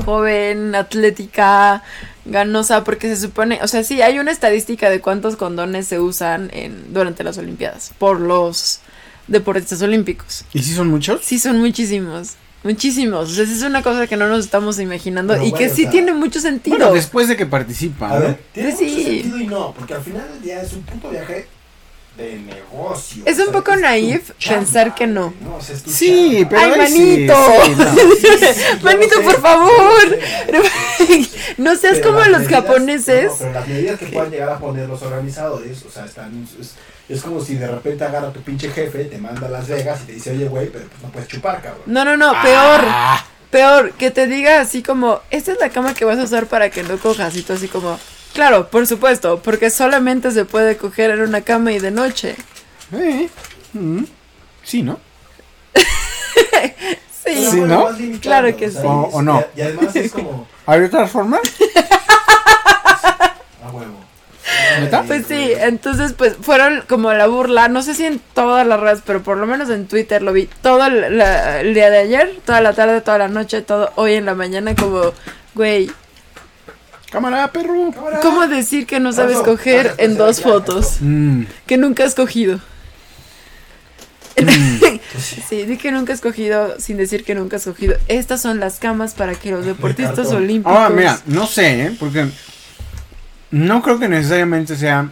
Joven, atlética, ganosa, porque se supone, o sea, sí, hay una estadística de cuántos condones se usan en, durante las Olimpiadas por los deportistas olímpicos. ¿Y si son muchos? Sí, son muchísimos. Muchísimos. O sea, sí es una cosa que no nos estamos imaginando Pero y bueno, que sí o sea, tiene mucho sentido. Bueno, después de que participan. A ¿no? ver, tiene Pues mucho sí. sentido y no, porque al final del día es un puto viaje de negocio. Es un poco tu naif chamba, pensar que no. güey, o sea, es tu Sí, chamba. pero Ay, ahí sí, manito. sí, no. Sí, sí, sí, yo lo Manito, sé, por yo lo favor. sé. no seas Pero como las los medidas- japoneses. no, pero las medidas que puedan llegar a poner los organizadores, o sea, están, es, es como si de repente agarra tu pinche jefe, te manda a Las Vegas y te dice, oye, güey, pero pues no puedes chupar, cabrón. No, no, no, peor. Peor, que te diga así como, esta es la cama que vas a usar para que no cojas. Y tú así como, claro, por supuesto, porque solamente se puede coger en una cama y de noche. Eh, mm, sí, ¿no? Sí. Sí. ¿no? Claro que sí. O- o no. Y, y además es como, ¿Habría otras formas? a "Ah, huevo. ¿Neta? Pues sí, entonces pues fueron como la burla, no sé si en todas las redes, pero por lo menos en Twitter lo vi todo el, la- el día de ayer, toda la tarde, toda la noche, todo hoy en la mañana como, güey, Cámara, perro. Ahora- ¿cómo decir que no sabes Eso, coger gracias por en ser dos claro. fotos? Mm, Que nunca has cogido. Mm, pues Sí. Sí, di que nunca has cogido sin decir que nunca has cogido. Estas son las camas para que los deportistas cartón. olímpicos... Ahora, mira, no sé, ¿eh? Porque no creo que necesariamente sea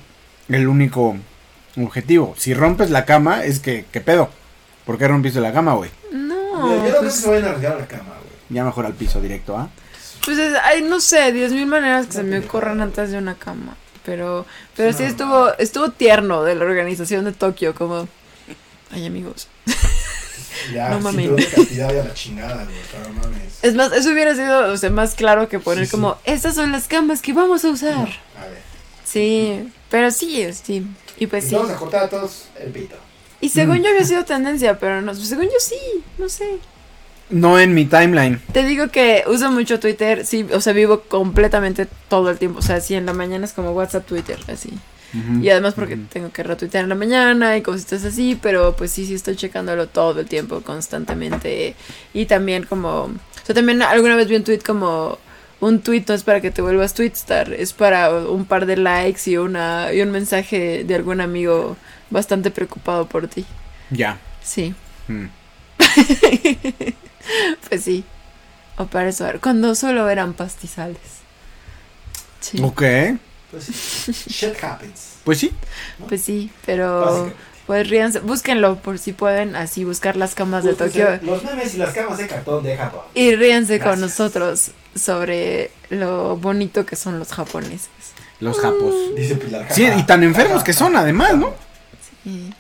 el único objetivo. Si rompes la cama, es que, ¿qué pedo? ¿Por qué rompiste la cama, güey? No, Mira, yo no creo que pues- se vayan a arriesgar a la cama, güey. Ya mejor al piso directo, ¿ah? Pues es- ay, no sé, diez mil maneras No que se me tiene ocurran nada. antes de una cama. Pero, pero Es sí una estuvo, mamada. estuvo tierno de la organización de Tokio, como ay amigos. Ya, No no mames. mames. cantidad y a la chingada, güey. Pero no mames. Es más, eso hubiera sido o sea, más claro que poner Sí, sí. como, estas son las camas que vamos a usar. A ver. Sí, pero sí, sí. Y pues y sí. Vamos a cortar a todos el pito. Y según yo había sido tendencia, pero no, pues según yo sí, no sé. No en mi timeline. Te digo que uso mucho Twitter, sí, o sea, vivo completamente todo el tiempo. O sea, sí, en la mañana es como WhatsApp, Twitter, así. Ujú. Y además porque tengo que retuitear en la mañana y cositas así, pero pues sí, sí estoy checándolo todo el tiempo, constantemente. Y también como... O sea, también alguna vez vi un tweet como... un tweet no es para que te vuelvas twitstar, es para un par de likes y, una, y un mensaje de algún amigo bastante preocupado por ti. Ya. Sí, Mm. pues sí. O para eso, cuando solo eran pastizales. Sí, Ok. Pues sí, shit happens. Pues sí. pues sí, pero Básicamente. pues ríanse, búsquenlo por si pueden, así buscar las camas de Búsquense Tokio Los memes y las camas de cartón de Japón. y ríanse con Gracias. nosotros sobre lo bonito que son los japoneses. Los japos. Dice Pilar. Sí, y tan enfermos que son, además, ¿no? Sí.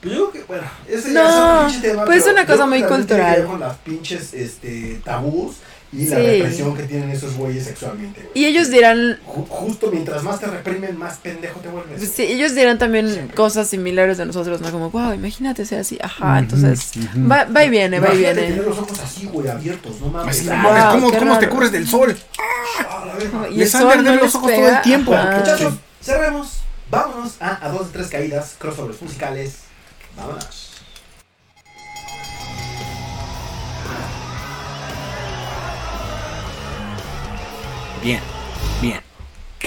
Pues yo creo que, bueno, ese No, ya es un pinche tema, pues es pero una yo cosa creo muy que también tiene cultural. que ver Con las pinches este, tabús y la Sí. represión que tienen esos güeyes sexualmente, güey. Y ellos dirán, pues Ju- justo mientras más te reprimen, más pendejo te vuelves. sí, ellos dirán también cosas similares de nosotros, ¿no? Como, wow, imagínate sea así. Ajá, entonces, ujú. va, va y viene, va y Imagínate viene. tener los ojos así, güey, abiertos, no mames. Así, Ah, no mames, Wow, ¿cómo, qué cómo te raro. cubres del sol? a la verga. Y Les el han de sol arder no los les ojos todo pega, el tiempo. ajá. Muchachos, cerremos. Vámonos a, a dos de tres caídas, crossovers musicales. Vámonos. Bien, bien.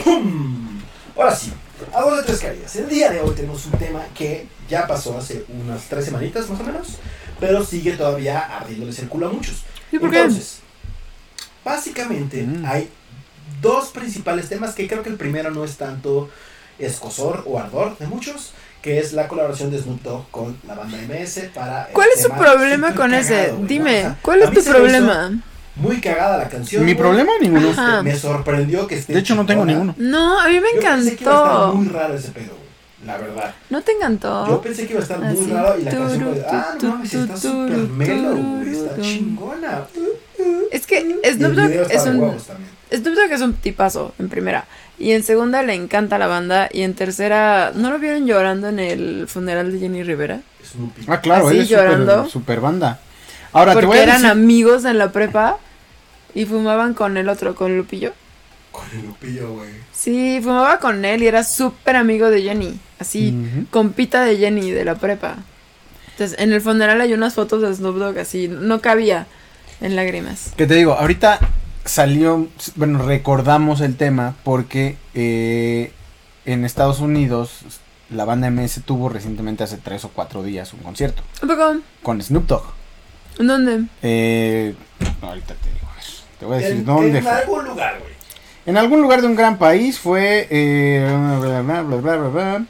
¡Pum! Ahora sí, a dos de tres caídas. El día de hoy tenemos un tema que ya pasó hace unas tres semanitas más o menos, pero sigue todavía ardiéndoles el culo a muchos. ¿Y por qué? Entonces, básicamente Mm. hay dos principales temas que creo que el primero no es tanto escosor o ardor de muchos, que es la colaboración de Snoop Dogg con la banda MS para... el ¿Cuál es tu tema problema súper con cagado, ese? güey, ¿no? O Dime, sea, ¿cuál a es mí tu se me hizo problema? Muy cagada la canción. ¿Mi güey. problema? Ninguno. Ajá. Me sorprendió que esté... De hecho, no tengo chingona. ninguno. No, a mí Ah. me Yo pensé que iba a estar encantó. muy raro ese pedo, güey. La verdad. ¿No te Yo encantó? pensé que iba a estar muy Así. raro y la Turu, canción fue, ah, tu, no mames, tu, está tu, súper tu, melo, güey, tu, está tu. chingona. Es que Y el Snoop Dogg Mm. video está es de un, huevos también. Snoop Dogg es un tipazo, en primera. Y en segunda le encanta la banda. Y en tercera, ¿no lo vieron llorando en el funeral de Jenny Rivera? Snoopy. Ah, claro, Así él es super, llorando. banda. Ahora te voy Porque a eran decir. amigos en la prepa y fumaban con el otro, con Lupillo. Con el lupillo, güey. Sí, fumaba con él y era súper amigo de Jenny. Así, Ujú. compita de Jenny de la prepa. Entonces, en el funeral hay unas fotos de Snoop Dogg así, no cabía en lágrimas. Que te digo, ahorita salió, bueno, recordamos el tema porque eh, en Estados Unidos la banda MS tuvo recientemente hace tres o cuatro días un concierto Un poco, con Snoop Dogg. ¿en dónde? Eh, no, ahorita te digo eso. Te voy a decir En, dónde en fue. algún lugar, güey. En algún lugar de un gran país fue eh, bla, bla, bla, bla, bla, bla,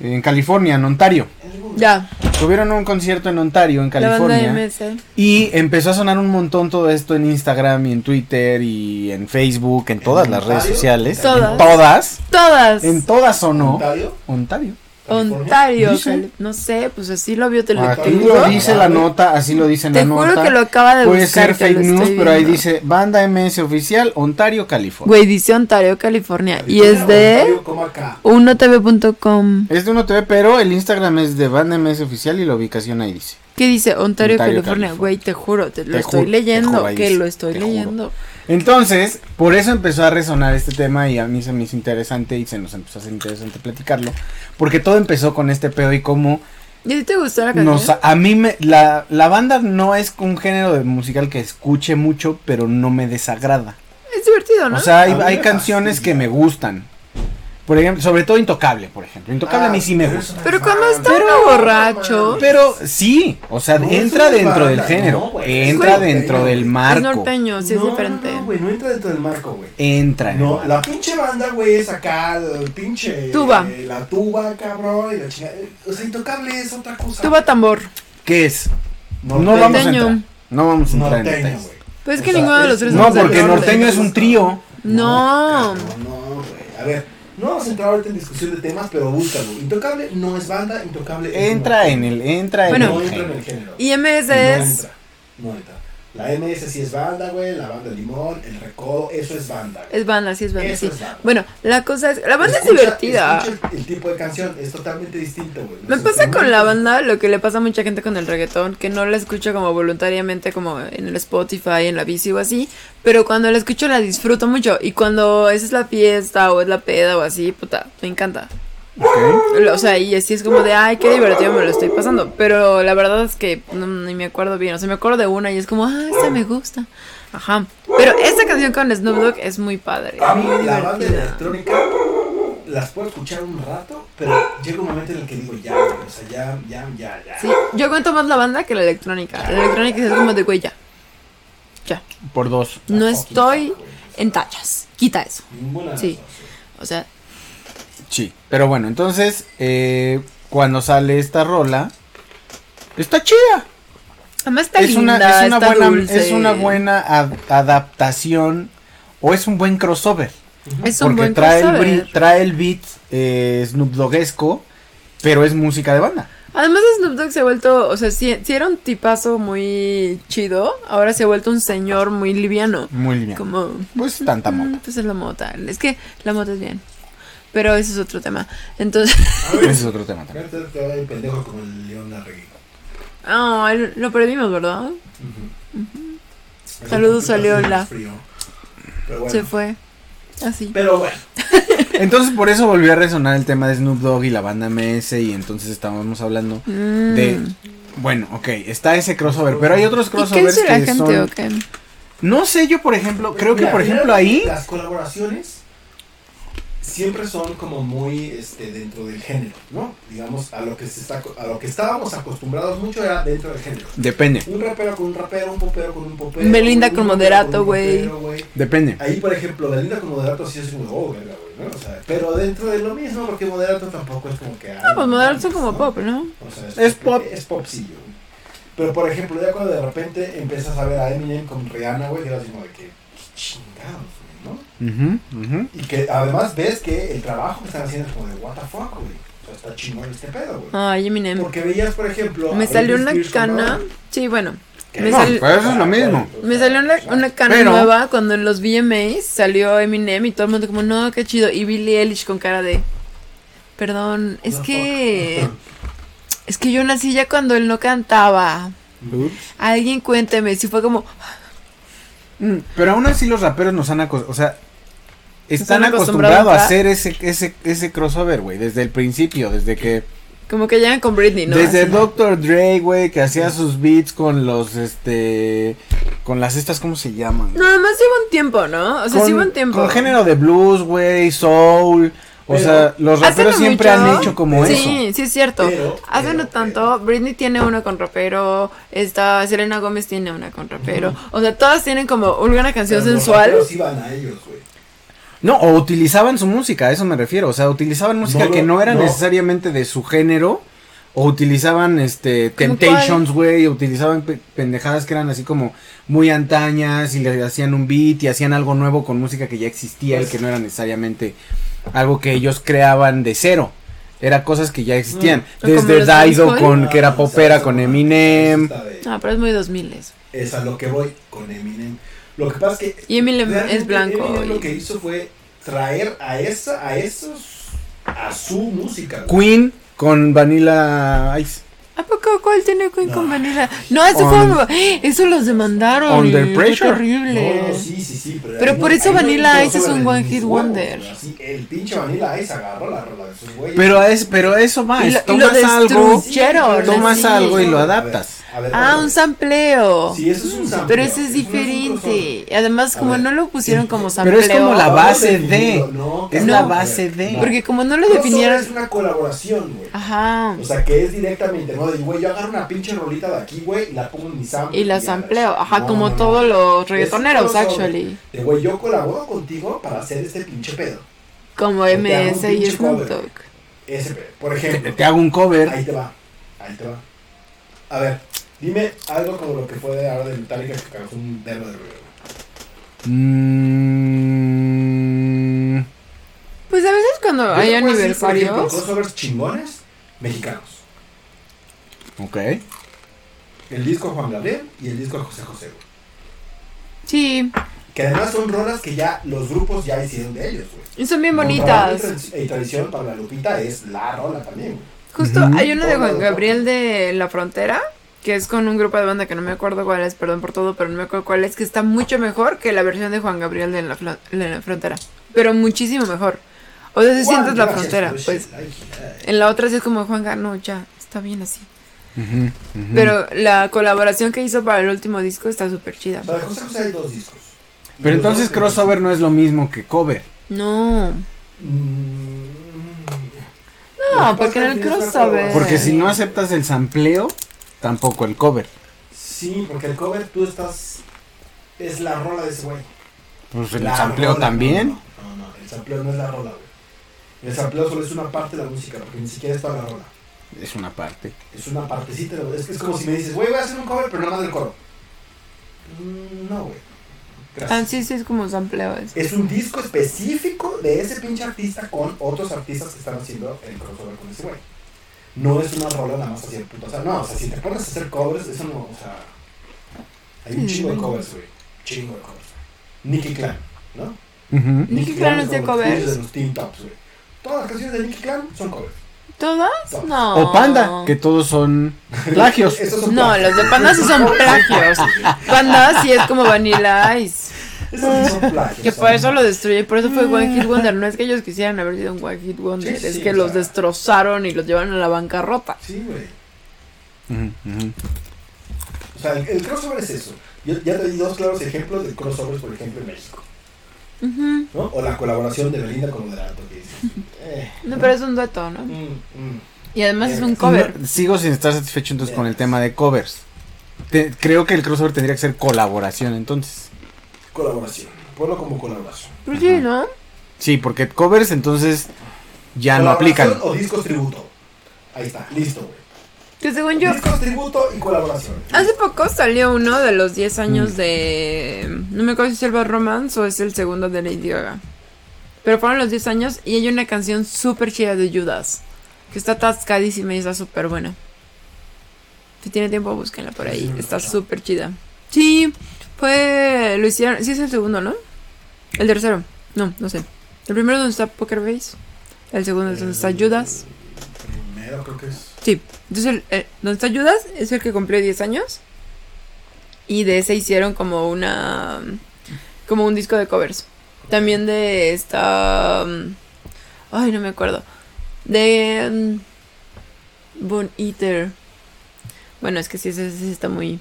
en California, en Ontario. En algún lugar. Ya, Tuvieron un concierto en Ontario, en la banda California. MS. Y empezó a sonar un montón todo esto en Instagram y en Twitter y en Facebook, en todas las redes Ontario? sociales. En Todas. todas. Todas. En todas sonó. Ontario, Ontario. California. Ontario, Dice. Cali- no sé, pues así lo vio Tele- Ah, Aquí Telemundo. lo dice la nota, así lo dice la Te nota. juro que lo acaba de Puede buscar. ser que lo fake news, estoy pero ahí viendo. dice Banda MS Oficial, Ontario, California. Güey, dice Ontario, California. Y Victoria, es de Ontario, como acá. Uh, 1tv.com. Es de uno TV, pero el Instagram es de Banda MS Oficial y la ubicación ahí dice. ¿Qué dice? Ontario, Ontario, California. California. Güey, te juro, te lo Te estoy juro, leyendo. te juro, ahí que dice, lo estoy te juro. leyendo. Entonces, por eso empezó a resonar este tema y a mí se me hizo interesante y se nos empezó a hacer interesante platicarlo. Porque todo empezó con este pedo y cómo ¿Y a ti te gustó la canción? nos, a mí me, la, la banda no es un género de musical que escuche mucho, pero no me desagrada. es divertido, ¿no? O sea, hay, A mí me hay canciones que fastidia. me gustan. Por ejemplo, sobre todo Intocable, por ejemplo. Intocable a mí sí me Ah, pero gusta. eso no pero es cuando banda, está no, uno no borracho. mames. Pero sí, o sea, No, entra eso no es dentro banda, del género, no, güey. entra Es norteño, dentro güey. del Es es marco, norteño, sí No, es no, diferente. No, güey, no entra dentro del marco, güey. entra. en el No, marco. la pinche banda, güey, es acá, el pinche. Tuba. eh, la tuba, cabrón, y la chingada. O sea, intocable es otra cosa. Tuba tambor. ¿Qué es? No, Norteño. vamos a Norteño. entrar. No vamos a entrar en Norteño, detalles. güey. Pues es O que sea, ninguno de es- los tres Pero No, son del porque norte. norteño es un trío. No. cabrón, No, güey. A ver, no vamos a entrar ahorita en discusión de temas, pero búscalo. Intocable no es banda, intocable es Entra norteño. en el, entra en Bueno. No el. entra en el género. género. Y MS No es. entra. No entra. La MS sí es banda, güey. La banda Limón, el Recodo, eso es banda. güey. Es banda, sí es banda, Eso sí. es banda. Bueno, la cosa es. La banda es Escucha- divertida. escucha el, el tipo de canción es totalmente distinto, güey. Me Los pasa con la instrumentos- banda lo que le pasa a mucha gente con el reggaetón, que no la escucho como voluntariamente, como en el Spotify, en la bici o así, pero cuando la escucho la disfruto mucho. Y cuando esa es la fiesta o es la peda o así, puta, me encanta. Ok. Lo- O sea, y así es como de, ay, qué divertido me lo estoy pasando. Pero la verdad es que no, ni me acuerdo bien. O sea, me acuerdo de una y es como, ah, esta me gusta. Ajá. Pero esta canción con Snoop Dogg es muy padre. A muy mí la banda divertida. electrónica las puedo escuchar un rato, pero llega un momento en el que digo ya, güey, o sea, ya, ya, ya, ya. Sí, yo cuento más la banda que la electrónica. La electrónica es como de güey, ya. Ya. Por dos. No estoy en tachas. Quita eso. Ninguna. de Sí. las dos, güey. O sea, Sí. Pero bueno, entonces, eh, cuando sale esta rola, está chida. además está es linda, una, es una está buena, dulce. es una buena ad- adaptación o es un buen crossover. Es un porque buen trae, crossover. El, bri- trae el beat eh, Snoop Doggesco, pero es música de banda. Además Snoop Dogg se ha vuelto, o sea, si, si era un tipazo muy chido, ahora se ha vuelto un señor muy liviano. Muy bien. Como, Pues tanta mm, mota. pues es la mota. Es que la mota es bien. Pero ese es otro tema. Entonces, Ese es otro tema también. Ahorita te va el pendejo con el león Larregui. ah, lo perdimos, ¿verdad? Ujú. Saludos a Leola. Frío. Pero bueno. Se fue. Así. Pero bueno, Entonces por eso volvió a resonar el tema de Snoop Dogg y la banda MS y entonces estábamos hablando Mm. de... Bueno, ok, está ese crossover, pero hay otros ¿Y qué crossovers dice la que gente son... o qué? No sé, yo por ejemplo, creo que mira, por ejemplo ahí... Las colaboraciones siempre son como muy este, dentro del género, ¿no? Digamos, a lo, que se está, a lo que estábamos acostumbrados mucho era dentro del género. Depende, Un rapero con un rapero, un popero con un popero. Belinda un con popero Moderato, con un güey. popero, güey. depende. Ahí, por ejemplo, Belinda con Moderato sí es como, oh, verga, güey, ¿no? O sea, pero dentro de lo mismo, porque Moderato tampoco es como que. ah, No, pues modernos son como pop, ¿no? O sea, Es pop. Es popcillo, güey. Pero por ejemplo, ya cuando de repente empiezas a ver a Eminem con Rihanna, güey, era así como de que, "Qué chingados, güey, ¿no? Ujú, ujú. Y que además ves que el trabajo que están haciendo es como de, what the fuck, güey. O sea, está chingón este pedo, güey. Ay, Eminem. Porque veías, por ejemplo. Ah, Me a salió Britney una Spears con cana. Madonna, Sí, bueno. que- Me No, sal- pero eso es lo mismo. Me salió una, una cana Pero- nueva cuando en los VMAs salió Eminem y todo el mundo como, no, qué chido. Y Billie Eilish con cara de, perdón, es No, que... Es que yo nací ya cuando él no cantaba. Alguien cuénteme, si fue como... Mm, Pero aún así los raperos nos han acostumbrado, o sea, están han acostumbrado acostumbrados a a- hacer ese, ese, ese crossover, güey, desde el principio, desde que... Como que llegan con Britney, ¿no? Desde Así. Dr. Dre, güey, que hacía sus beats con los, este, con las estas, ¿cómo se llaman? No, además lleva un tiempo, ¿no? O sea, sí con, lleva un tiempo. Con género de blues, güey, soul, o Pero- sea, los Hace raperos no siempre mucho. han hecho como sí, eso. sí es cierto. Pero- Hace pero- no tanto, Britney tiene una con rapero, esta Selena Gómez tiene una con rapero. O sea, todas tienen como una canción pero los sensual. raperos iban a ellos, güey. No, o utilizaban su música, a eso me refiero, o sea, utilizaban música No, que no era no. necesariamente de su género, o utilizaban, este, ¿Cómo Temptations, güey, o utilizaban pe- pendejadas que eran así como muy antañas y le hacían un beat y hacían algo nuevo con música que ya existía y Pues- que no era necesariamente algo que ellos creaban de cero. Era cosas que ya existían. Mm. Desde Como los Daido Beach con Ah, que era o sea, popera eso con no, Eminem. eso está de- No, Ah, pero es muy 2000 eso. Es a lo que voy con Eminem. Lo que pasa es que. Y Eminem es realmente blanco Eminem y- lo que hizo fue traer a esa, a esos, a su música. güey. Queen con Vanilla Ice. ¿A poco cuál tiene Queen No. con Vanilla? No, eso On- fue. Eso los demandaron. Under Fue Pressure. terrible No, no, sí, sí, sí. Pero, Pero ahí por no- eso ahí no Vanilla entró Ice es solo un en one mis hit huevos, wonder. güey, así, el pinche Vanilla Ice agarró la rola de sus güeyes. Pero a eso, pero a eso va. Y es lo- y tomas lo algo, destruyeron, tomas así. algo y lo A ver, adaptas. a ver, Ah, a un ver. sampleo. Sí, eso es un sampleo, Pero eso es eso no es un diferente. crossover. Además, A como ver, no lo pusieron como sampleo. Pero es como la Vamos base definiendo, de. no, es no, la a ver, base de. no. Porque como no lo No solo definieron. Es una colaboración, güey. Ajá. O sea, que es directamente, ¿no? De, güey, yo agarro una pinche rolita de aquí, güey, y la pongo en mi sample. Y la ya, sampleo. Ajá, no, como no, no. todos los Es reggaetoneros, crossover. actually. De, güey, yo colaboro contigo para hacer este pinche pedo. Como Yo te hago un MS y pinche Snoop cover. Dogg. Ese pedo. Por Te, ejemplo, te hago un cover. ahí te va. Ahí te va. A ver, dime algo como lo que fue de ahora de Metallica que causó un verbo de ruido. Mm, Pues a veces cuando hay Yo te puedo decir, por ejemplo, aniversarios. Crossovers chingones mexicanos. ok. El disco Juan Gabriel y el disco José José, güey. Sí. Que además son rolas que ya los grupos ya hicieron de ellos, güey. Y son bien Para bonitas. mí, Y eh, tradición para la Lupita es la rola también. güey. Justo Ujú. hay una de Juan Gabriel de La Frontera, que es con un grupo de banda que no me acuerdo cuál es, perdón por todo, pero no me acuerdo cuál es, que está mucho mejor que la versión de Juan Gabriel de La, Flo- de La Frontera. Pero muchísimo mejor. O sea, si sientes Juan, La pues. gracias, pues Frontera, Luis, pues. ay, ay. En la otra sí es como Juan no, ya, está bien así. Ujú, ujú. Pero la colaboración que hizo para el último disco está súper chida. O sea, de José José hay dos discos. Y Pero los entonces dos- crossover no es lo mismo que cover. No. Mm, Lo No, que pasa porque en es el que es una crossover. Porque si no aceptas el sampleo, tampoco el cover. Sí, porque el cover tú estás. Es la rola de ese güey. Pues el La sampleo rola, también. No, no, no, el sampleo no es la rola, güey. El sampleo solo es una parte de la música, porque ni siquiera es toda la rola. Es una parte. Es una partecita, güey. Es, es como si me dices, güey, voy a hacer un cover, pero nada más del coro. Mm, No, güey. Ah, Gracias. sí, sí, es como sampleo. es- Es un disco específico de ese pinche artista con otros artistas que están haciendo el crossover con ese güey. No es una rola nada más así de puto. O sea, no, o sea, si te pones a hacer covers, eso no, o sea. Hay Mm, un chingo de covers, güey. Chingo de covers. Nicky Clan, ¿no? Ujú. Nicky Clan es hacía como los covers. de los Teen Tops, güey. Todas las canciones de Nicky Clan son covers. ¿Todas? No. O Panda, que todos son plagios. Esos son No, los de Panda sí son plagios. Panda sí es como Vanilla Ice. Esos sí son plagios. Que por son- eso lo destruye, por eso fue One Hit Wonder. No es que ellos quisieran haber sido un One Hit Wonder, Sí, sí, es sí, que o los sea. destrozaron y los llevaron a la bancarrota. Sí, güey. Ujú, ujú. O sea, el, el crossover es eso. Yo ya te di dos claros ejemplos de crossovers, por ejemplo, en México. Ujú. ¿no? O la colaboración de Belinda con Moderato, que dices. eh, No, pero es un dueto, ¿no? mm, mm. Y además es un Eh, cover. No, sigo sin estar satisfecho entonces con el tema de covers. Te- creo que el crossover tendría que ser colaboración entonces. Colaboración. Ponlo como colaboración. Pues sí, ¿no? Sí, porque covers entonces ya no Colaboración aplican. O discos tributo. Ahí está, listo, güey. Que según yo, Ah, Discos tributo y colaboración. hace poco salió uno de los 10 años de. No me acuerdo si es el Bad Romance o es el segundo de Lady Gaga. Pero fueron los 10 años y hay una canción súper chida de Judas. Que está atascadísima y está súper buena. Si tiene tiempo, búsquenla por ahí. Está súper chida. Sí, fue. Lo hicieron. Sí, es el segundo, ¿no? El tercero. No, no sé. El primero es donde está Poker Face. El segundo es donde está Eh, Judas. Primero creo que es. Sí, entonces el, el- donde está Judas es el que cumplió 10 años. Y de ese hicieron como una. Como un disco de covers. También de esta. mm, Ay, no me acuerdo. De. mm, Bone Eater. Bueno, es que sí, ese, ese está muy.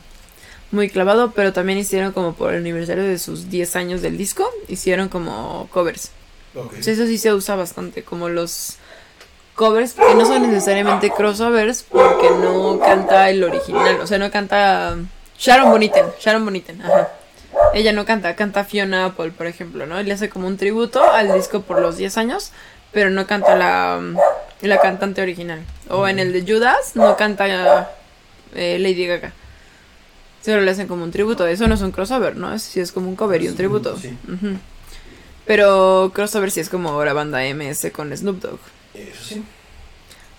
Muy clavado, pero también hicieron como por el aniversario de sus 10 años del disco, hicieron como covers. Ok. Pues eso sí se usa bastante, como los covers, que no son necesariamente crossovers, porque no canta el original, o sea, no canta Sharon Boniten, Sharon Boniten, ajá. Ella no canta, canta Fiona Apple, por ejemplo, ¿no? Y le hace como un tributo al disco por los 10 años, pero no canta la, la cantante original. O en el de Judas, no canta eh, Lady Gaga. Solo le hacen como un tributo. Eso no es un crossover, ¿no? Eso sí es como un cover y un tributo. Sí. Ujú. Pero crossover sí es como ahora banda MS con Snoop Dogg. Eso sí.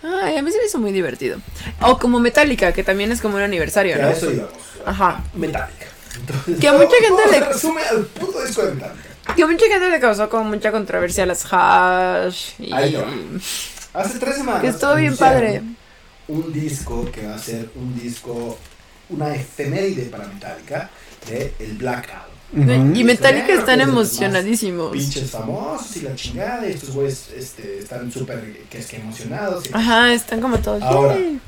Ay, a mí se me hizo muy divertido. O como Metallica, que también es como un aniversario, Ya ¿no? eso íbamos. Ajá. Metallica. Que a mucha gente Todo se le- resume al puto disco de Metallica. Que a mucha gente le causó como mucha controversia a las hash. Y... Ahí te va. Hace tres semanas. Que estuvo bien anunciaron padre. Un disco que va a ser un disco, una efeméride para Metallica, de el Black Album. Y Metallica Creo que es están de los más emocionadísimos. pinches famosos y la chingada, y estos güeyes este, están súper que es que emocionados. y- Ajá, están como todos. Ahora. "Yay".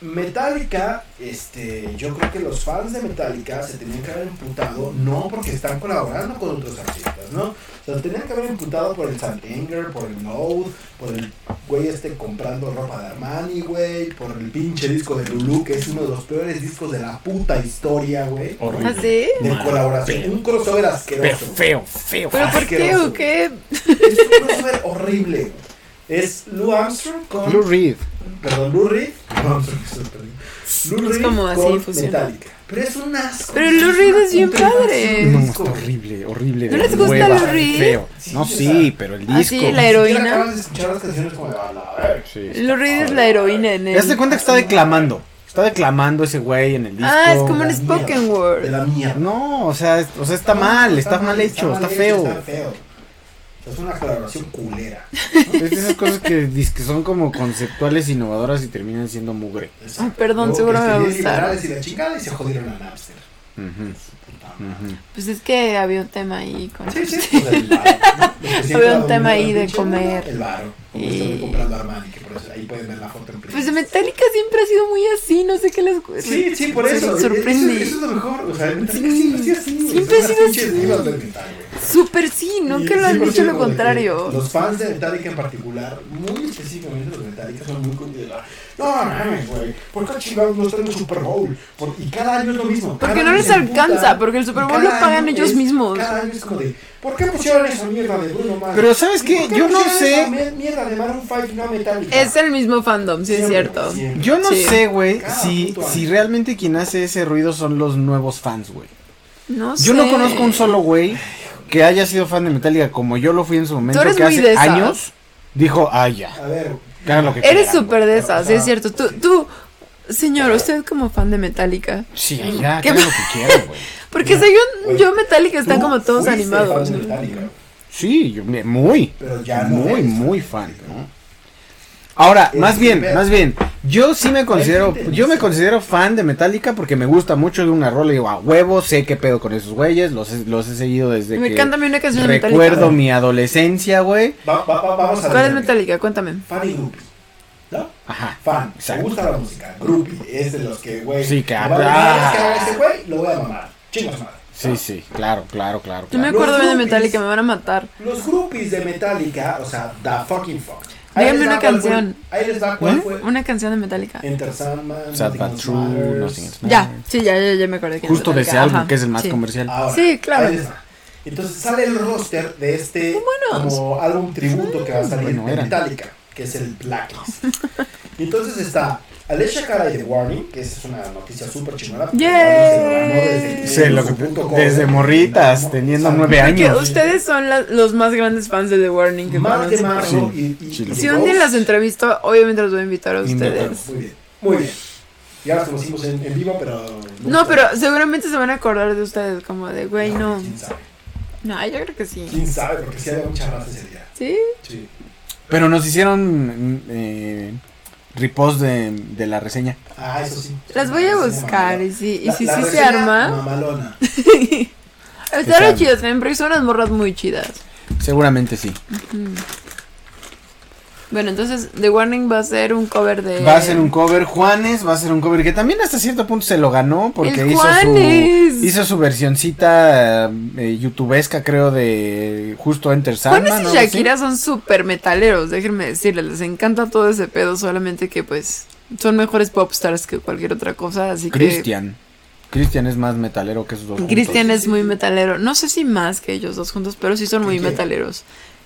Metallica, este, yo creo que los fans de Metallica se tenían que haber imputado, no porque están colaborando con otros artistas, ¿no? O sea, se tenían que haber imputado por el Santanger, por el Load, por el güey este comprando ropa de Armani, güey, por el pinche disco de Lulu, que es uno de los peores discos de la puta historia, güey. ¿Ah, sí? De colaboración, un crossover asqueroso. feo, feo. ¿Pero por qué asqueroso. o qué? Es un crossover horrible. Es Lou Armstrong con. Lou Reed. Perdón, Lou Reed. Lou Armstrong, es otro, perdón. Lou Es Reed como así, con fusiona. Metallica. Pero es un asco. Pero Lou un Reed es bien temazo, padre. un No, disco. está horrible, horrible. Eh, ¿No de les gusta hueva, Lou Reed? Feo. No, Sí, sí, pero el disco. Ah, sí, la Ni siquiera heroína. acabas de escuchar las canciones como de, "A la verga". Sí. Lou Reed es la heroína en Te das él. cuenta que está declamando. Está declamando ese güey en el disco. Ah, es como un la spoken mierda. word. De la mierda. No, o sea, es- o sea está mal, está, mal hecho, está, mal hecho, feo. Está feo. O sea, es una colaboración culera. Es de esas cosas que, dis- que son como conceptuales innovadoras y terminan siendo mugre. Ay, perdón, Luego, seguro que me va a escribí gustar. liberales Y la chingada y se jodieron a Napster. Ujú, Puta madre. ujú. Pues es que había un tema ahí con. Sí, sí. pues, el varo, ¿no? Lo que siempre Había un ha tema dominado ahí el de pinche comer. mundo, El barro. Y- comprando Armani, que por eso ahí ahí pueden ver la foto en Pues print. de Metallica siempre ha sido muy así, no sé qué les Sí, sí, por se eso. les Eso, sorprende. eso es lo mejor. O sea, Metallica Sí. siempre ha sido así. güey. Siempre ha Son sido las pinches así. divas del metal, güey. Súper sí, nunca Y lo han siempre ha dicho sido lo como de que contrario. Los fans de Metallica en particular, muy específicamente los de Metallica, son muy condicionados. No, mames, güey. ¿Por qué chingados no están en el Super Bowl? Por- y cada año es lo mismo. cada Porque no año les se emputan, alcanza, porque el Super y Bowl lo cada pagan año ellos es- mismos. Cada año es como de, ¿por qué pusieron esa mierda de Bruno Mars? Pero ¿sabes ¿Y qué? por Yo no pusieron sé- esa mier- mierda de Maroon 5 y no Metallica? Es el mismo fandom, sí es Siempre, cierto. siempre. Yo no Sí. sé, güey, Cada si, puto año. si realmente quien hace ese ruido son los nuevos fans, güey. No Yo no sé. conozco un solo güey que haya sido fan de Metallica como yo lo fui en su momento, eres que muy hace de esas. años dijo, ah, ya, A ver, que hagan lo que Eres quieran, súper de pero, esas, o sí sea, es cierto. Tú, tú, señor, usted como fan de Metallica. güey". Sí, ya, que ¿Qué hagan lo que quieran, güey. Porque Mira, según güey, yo, Metallica están tú como todos fuiste animados. fan de Metallica, Sí, yo, me- muy, pero ya no muy, eres. muy fan, ¿no? Ahora, Es más bien, primer- más bien, yo sí me considero, gente que yo me dice- considero fan de Metallica porque me gusta mucho de una rola y digo, a huevo, sé qué pedo con esos güeyes, los, he- los he seguido desde Me que encanta a mí una canción de Metallica. recuerdo mi adolescencia, güey. Va- va- va- vamos a ¿Cuál es ver. Metallica? Cuéntame. Fan y groupie. ¿No? Ajá. Fan. Exacto. Me gusta la música. Groupie. Es de los que, güey. Sí, que me habla- vale madres que haga ese güey, lo voy a mamar. Chingas madre. Sí, sí, claro, claro, claro. Yo me claro. acuerdo bien de Los Metallica, Rubies. me van a matar. Los groupies de Metallica, o sea, da fucking fuck. Ahí Díganme les va una cuál canción. fue- ahí les va cuál fue. Una canción de Metallica. Enter Sandman. Sad Nothing but Else ¿Eh? true, Matters. Nothing Else Ya, sí, ya, ya, ya me acordé. que es Justo de ese Metallica, álbum ajá, que es el más sí. comercial. Ahora, Sí, claro. ahí les va. Entonces sale el roster de este buenos. como álbum tributo que va a salir Bueno, de eran. Metallica, que es el Blacklist. Entonces está Alessia Cara y The Warning, que es una noticia súper chingona. porque Yay. Warning Se lo lo- ganó desde, que- desde morritas, teniendo nueve Que años. ustedes son la- los más grandes fans de The Warning que Mar de conocen. Marzo Sí, y, y, chido. y Si un día las entrevisto, obviamente los voy a invitar a Invítalo. ustedes. Muy bien, muy bien. Ya las conocimos en, en vivo, pero... No, pero seguramente se van a acordar de ustedes, como de, güey, no. ¿Quién sabe? No, yo creo que sí. ¿Quién sabe? Porque sí había mucha raza ese día. ¿Sí? Sí. Pero nos hicieron eh, repost de, de la reseña. Ah, eso sí. Las voy a Sí, buscar mamalona. y si, y La- si la sí se reseña arma. Mamalona. Estaron arme. chidas, también porque son unas morras muy chidas. Seguramente sí. Bueno, entonces The Warning va a ser un cover de. Va a ser un cover, Juanes va a ser un cover que también hasta cierto punto se lo ganó porque ¡El hizo Juanes! su hizo su versioncita eh, youtubesca creo de justo Enter Sandman. Juanes y algo así. Shakira son súper metaleros, déjenme decirles, les encanta todo ese pedo, solamente que pues son mejores popstars que cualquier otra cosa, así que Christian. Christian es más metalero que esos dos. juntos. Cristian es muy metalero, no sé si más que ellos dos juntos, pero sí son muy metaleros,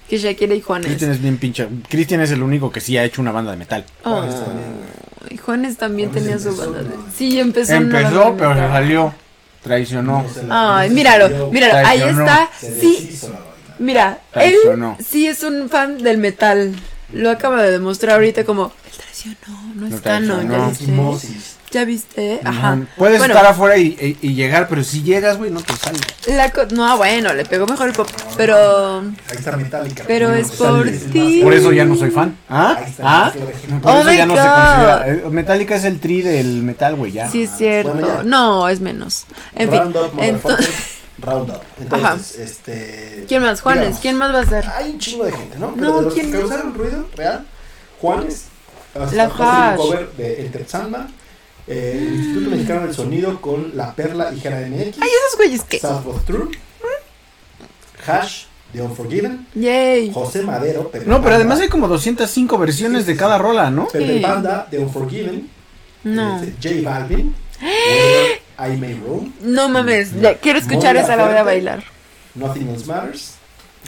que Shakira y Juanes. Christian es bien pinche. Christian es el único que sí ha hecho una banda de metal. Oh, Juanes también, güey. y Juanes también Juanes tenía su empezó, banda. de- ¿no? Sí, empezó. en una banda Empezó, de pero se metal. salió. Traicionó. se la- Ay, se míralo, salió, míralo, ahí Traicionó. está. se Sí, deshizo la vaina. Mira, él Traicionó. sí es un fan del metal. Lo acaba de demostrar ahorita como, él traicionó, no Lo está, no, traicionó. ya viste. Osmosis. Ya viste, ajá. Ujú. Puedes Bueno, estar afuera y, y- y llegar, pero si llegas, güey, no te sales. la co- no, bueno, le pegó mejor el pop, pero Ahí está Metallica. Pero No, es pues, por sale. ti. Por eso ya no soy fan. ¿Ah? Ahí está, ¿Ah? es lo que- Por Oh eso my ya no se God. considera. eh, Metallica es el tri del metal, güey, ya. sí es cierto. Bueno, ya. no, es menos. En fin, Round up, motherfucker. entonces, Round up. Entonces, Ajá. este. ¿quién más? Juanes, digamos, ¿quién más va a ser? Hay un chingo de gente, ¿no? No, Pero de los ¿quién que no? causaron ruido real, Juanes. va a La estar- va a hacer Hash. un cover de Enter Sandman. eh, el Instituto Mexicano del Sonido con La Perla y Jera MX. Ay, esos güeyes que. South of True. Hash de Unforgiven. Yay. José Madero. Pepe No, Panda, pero además hay como 205 versiones de cada rola, ¿no? Pepe Sí. Panda de Unforgiven. No. este, J Balvin. I May Room. No mames, ya quiero escuchar Mola esa la voy a Fuerte. bailar. Nothing Else Matters.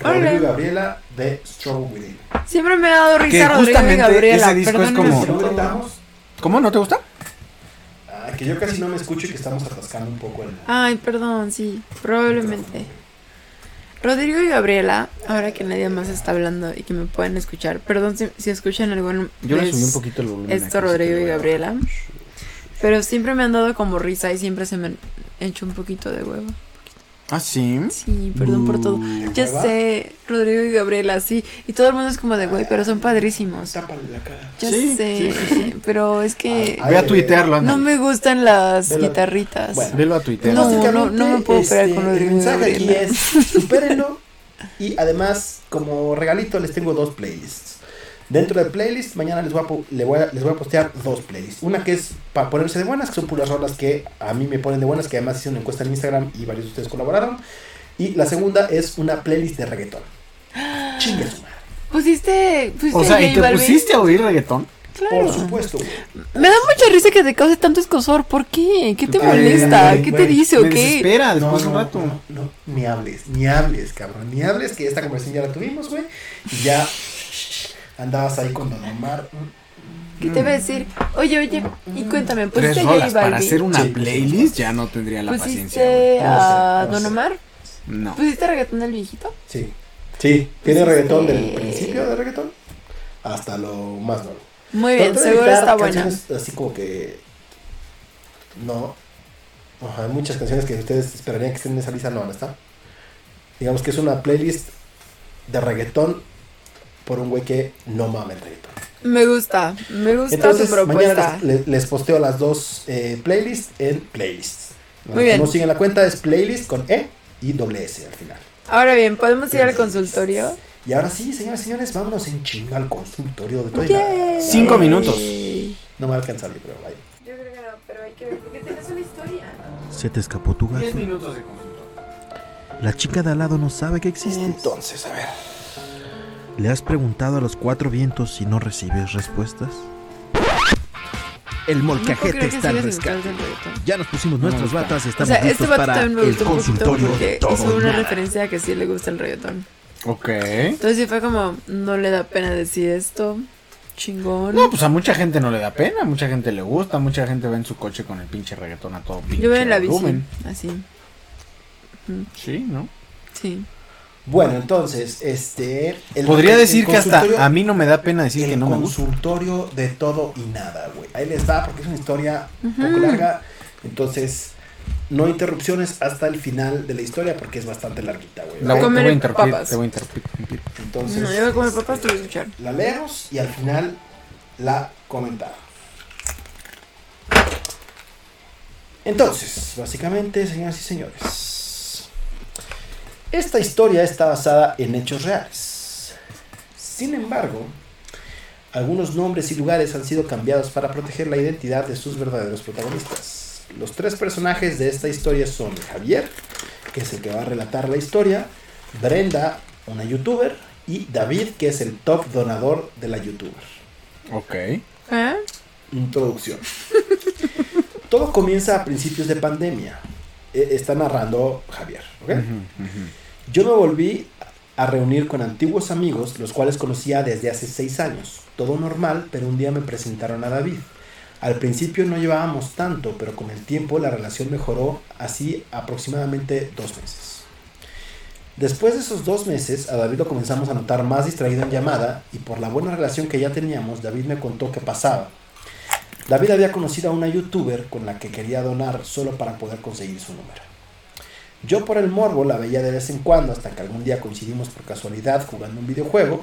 Órale. Rodrigo Gabriela de Strong Within. Siempre me ha dado risa Rodrigo y justamente Gabriela. ese disco es perdónenme, como- Si no pero- contamos, ¿Cómo? ¿No te gusta? ah, que yo casi no me escucho y que estamos atascando un poco el. Ay, perdón, sí, probablemente. Rodrigo y Gabriela, ahora que nadie más está hablando y que me pueden escuchar, perdón si, si escuchan algún... Yo le des- subí un poquito el volumen. Esto aquí, si Rodrigo y te lo voy a- Gabriela, pero siempre me han dado como risa y siempre se me han hecho un poquito de huevo. Ah, sí. Sí, perdón por todo. Mm. Ya ¿Hueva? sé, Rodrigo y Gabriela, sí, y todo el mundo es como de güey, pero son padrísimos. Tápale la cara. Ya Sí, sé, pero es que Ay, Voy a tuitearlo, no ándale. me gustan las Velo. guitarritas. Bueno. Velo a tuitear. No, Básicamente, este, no, no me puedo operar con Rodrigo El mensaje aquí Gabriela. es: supérenlo. Y además, como regalito, les tengo dos playlists. Dentro de playlist, mañana les voy a, po- le voy a- les voy a postear dos playlists. Una que es para ponerse de buenas, que son puras rolas que a mí me ponen de buenas, que además hice una encuesta en Instagram y varios de ustedes colaboraron. Y la segunda es una playlist de reggaetón. Chingue su madre. Pusiste. pusiste O sea, ¿y J te Balvin? pusiste a oír reggaetón? Por Claro. supuesto, güey. Me da mucha risa que te cause tanto escosor. ¿Por qué? ¿Qué te Ay, molesta? ay, ¿Qué te güey, dice o Me qué? desespera No, después de un no, rato. No, no, ni hables, ni hables, cabrón. Ni hables, que esta conversación ya la tuvimos, güey. Y ya andabas ahí con Don Omar. ¿Qué te va a decir? Oye, oye, y cuéntame, ¿pusiste Tres a J rolas para hacer Balvin? una Sí. playlist ya no tendría Pues la paciencia. güey. ¿Pusiste güey. No sé, a no Don sé. Omar? No. ¿Pusiste reggaetón al viejito? Sí. Sí, tiene Pues, reggaetón este- del principio de reggaetón hasta lo más nuevo. Muy bien, Trato de seguro evitar está buena. canciones Así como que. No. Ajá, hay muchas canciones que ustedes esperarían que estén en esa lista no van a estar. Digamos que es una playlist de reggaetón por un güey que no mama el reggaetón. Me gusta, me gusta Entonces, tu mañana propuesta. les, les- les posteo las dos eh, playlists en playlists. Los Muy que bien. no siguen la cuenta es playlist con E y doble S al final. Ahora bien, ¿podemos ir al consultorio? Y ahora sí, señoras y señores, vámonos en chinga al consultorio de Toy. Yay. Cinco minutos. No me va a alcanzar, yo creo. Vaya. Yo creo que no, pero hay que ver porque tienes una historia. ¿Se te escapó tu gato? minutos de consulta. La chica de al lado no sabe que existes. Entonces, a ver. ¿Le has preguntado a los cuatro vientos y no recibes respuestas? El Cajete molcajete está al rescate. Ya nos pusimos No, nuestras no, batas y O estamos sea, este listos vato para también me el gustó un poquito consultorio de porque todo hizo o una nada. referencia a que sí le gusta el reggaetón. Ok. Entonces sí fue como, no le da pena decir esto, chingón. No, pues a mucha gente no le da pena, a mucha gente le gusta, mucha gente va en su coche con el pinche reggaetón a todo pinche Yo voy en la bici, volumen. así, Sí, ¿no? sí. Bueno, entonces, este. el- Podría el- el decir que consultorio- hasta a mí no me da pena decir el que no me gusta. consultorio de todo y nada, güey. Ahí les va porque es una historia un poco larga. Entonces, no interrupciones hasta el final de la historia porque es bastante larguita, güey. ¿ok? La voy- te voy Comer a interrumpir, papas. te voy a interrumpir. Entonces, no, yo voy a comer este, papas, te voy a escuchar. La leemos y al final la comentamos. Entonces, básicamente, señoras y señores, esta historia está basada en hechos reales. Sin embargo, algunos nombres y lugares han sido cambiados para proteger la identidad de sus verdaderos protagonistas. Los tres personajes de esta historia son Javier, que es el que va a relatar la historia, Brenda, una youtuber, y David, que es el top donador de la youtuber. Ok. ¿Eh? Introducción. Todo comienza a principios de pandemia. E- Está narrando Javier. ¿ok? Ujú, ujú. Yo me volví a reunir con antiguos amigos, los cuales conocía desde hace seis años. Todo normal, pero un día me presentaron a David. Al principio no llevábamos tanto, pero con el tiempo la relación mejoró así aproximadamente dos meses. Después de esos dos meses, a David lo comenzamos a notar más distraído en llamada y por la buena relación que ya teníamos, David me contó qué pasaba. David había conocido a una youtuber con la que quería donar solo para poder conseguir su número. Yo por el morbo la veía de vez en cuando hasta que algún día coincidimos por casualidad jugando un videojuego.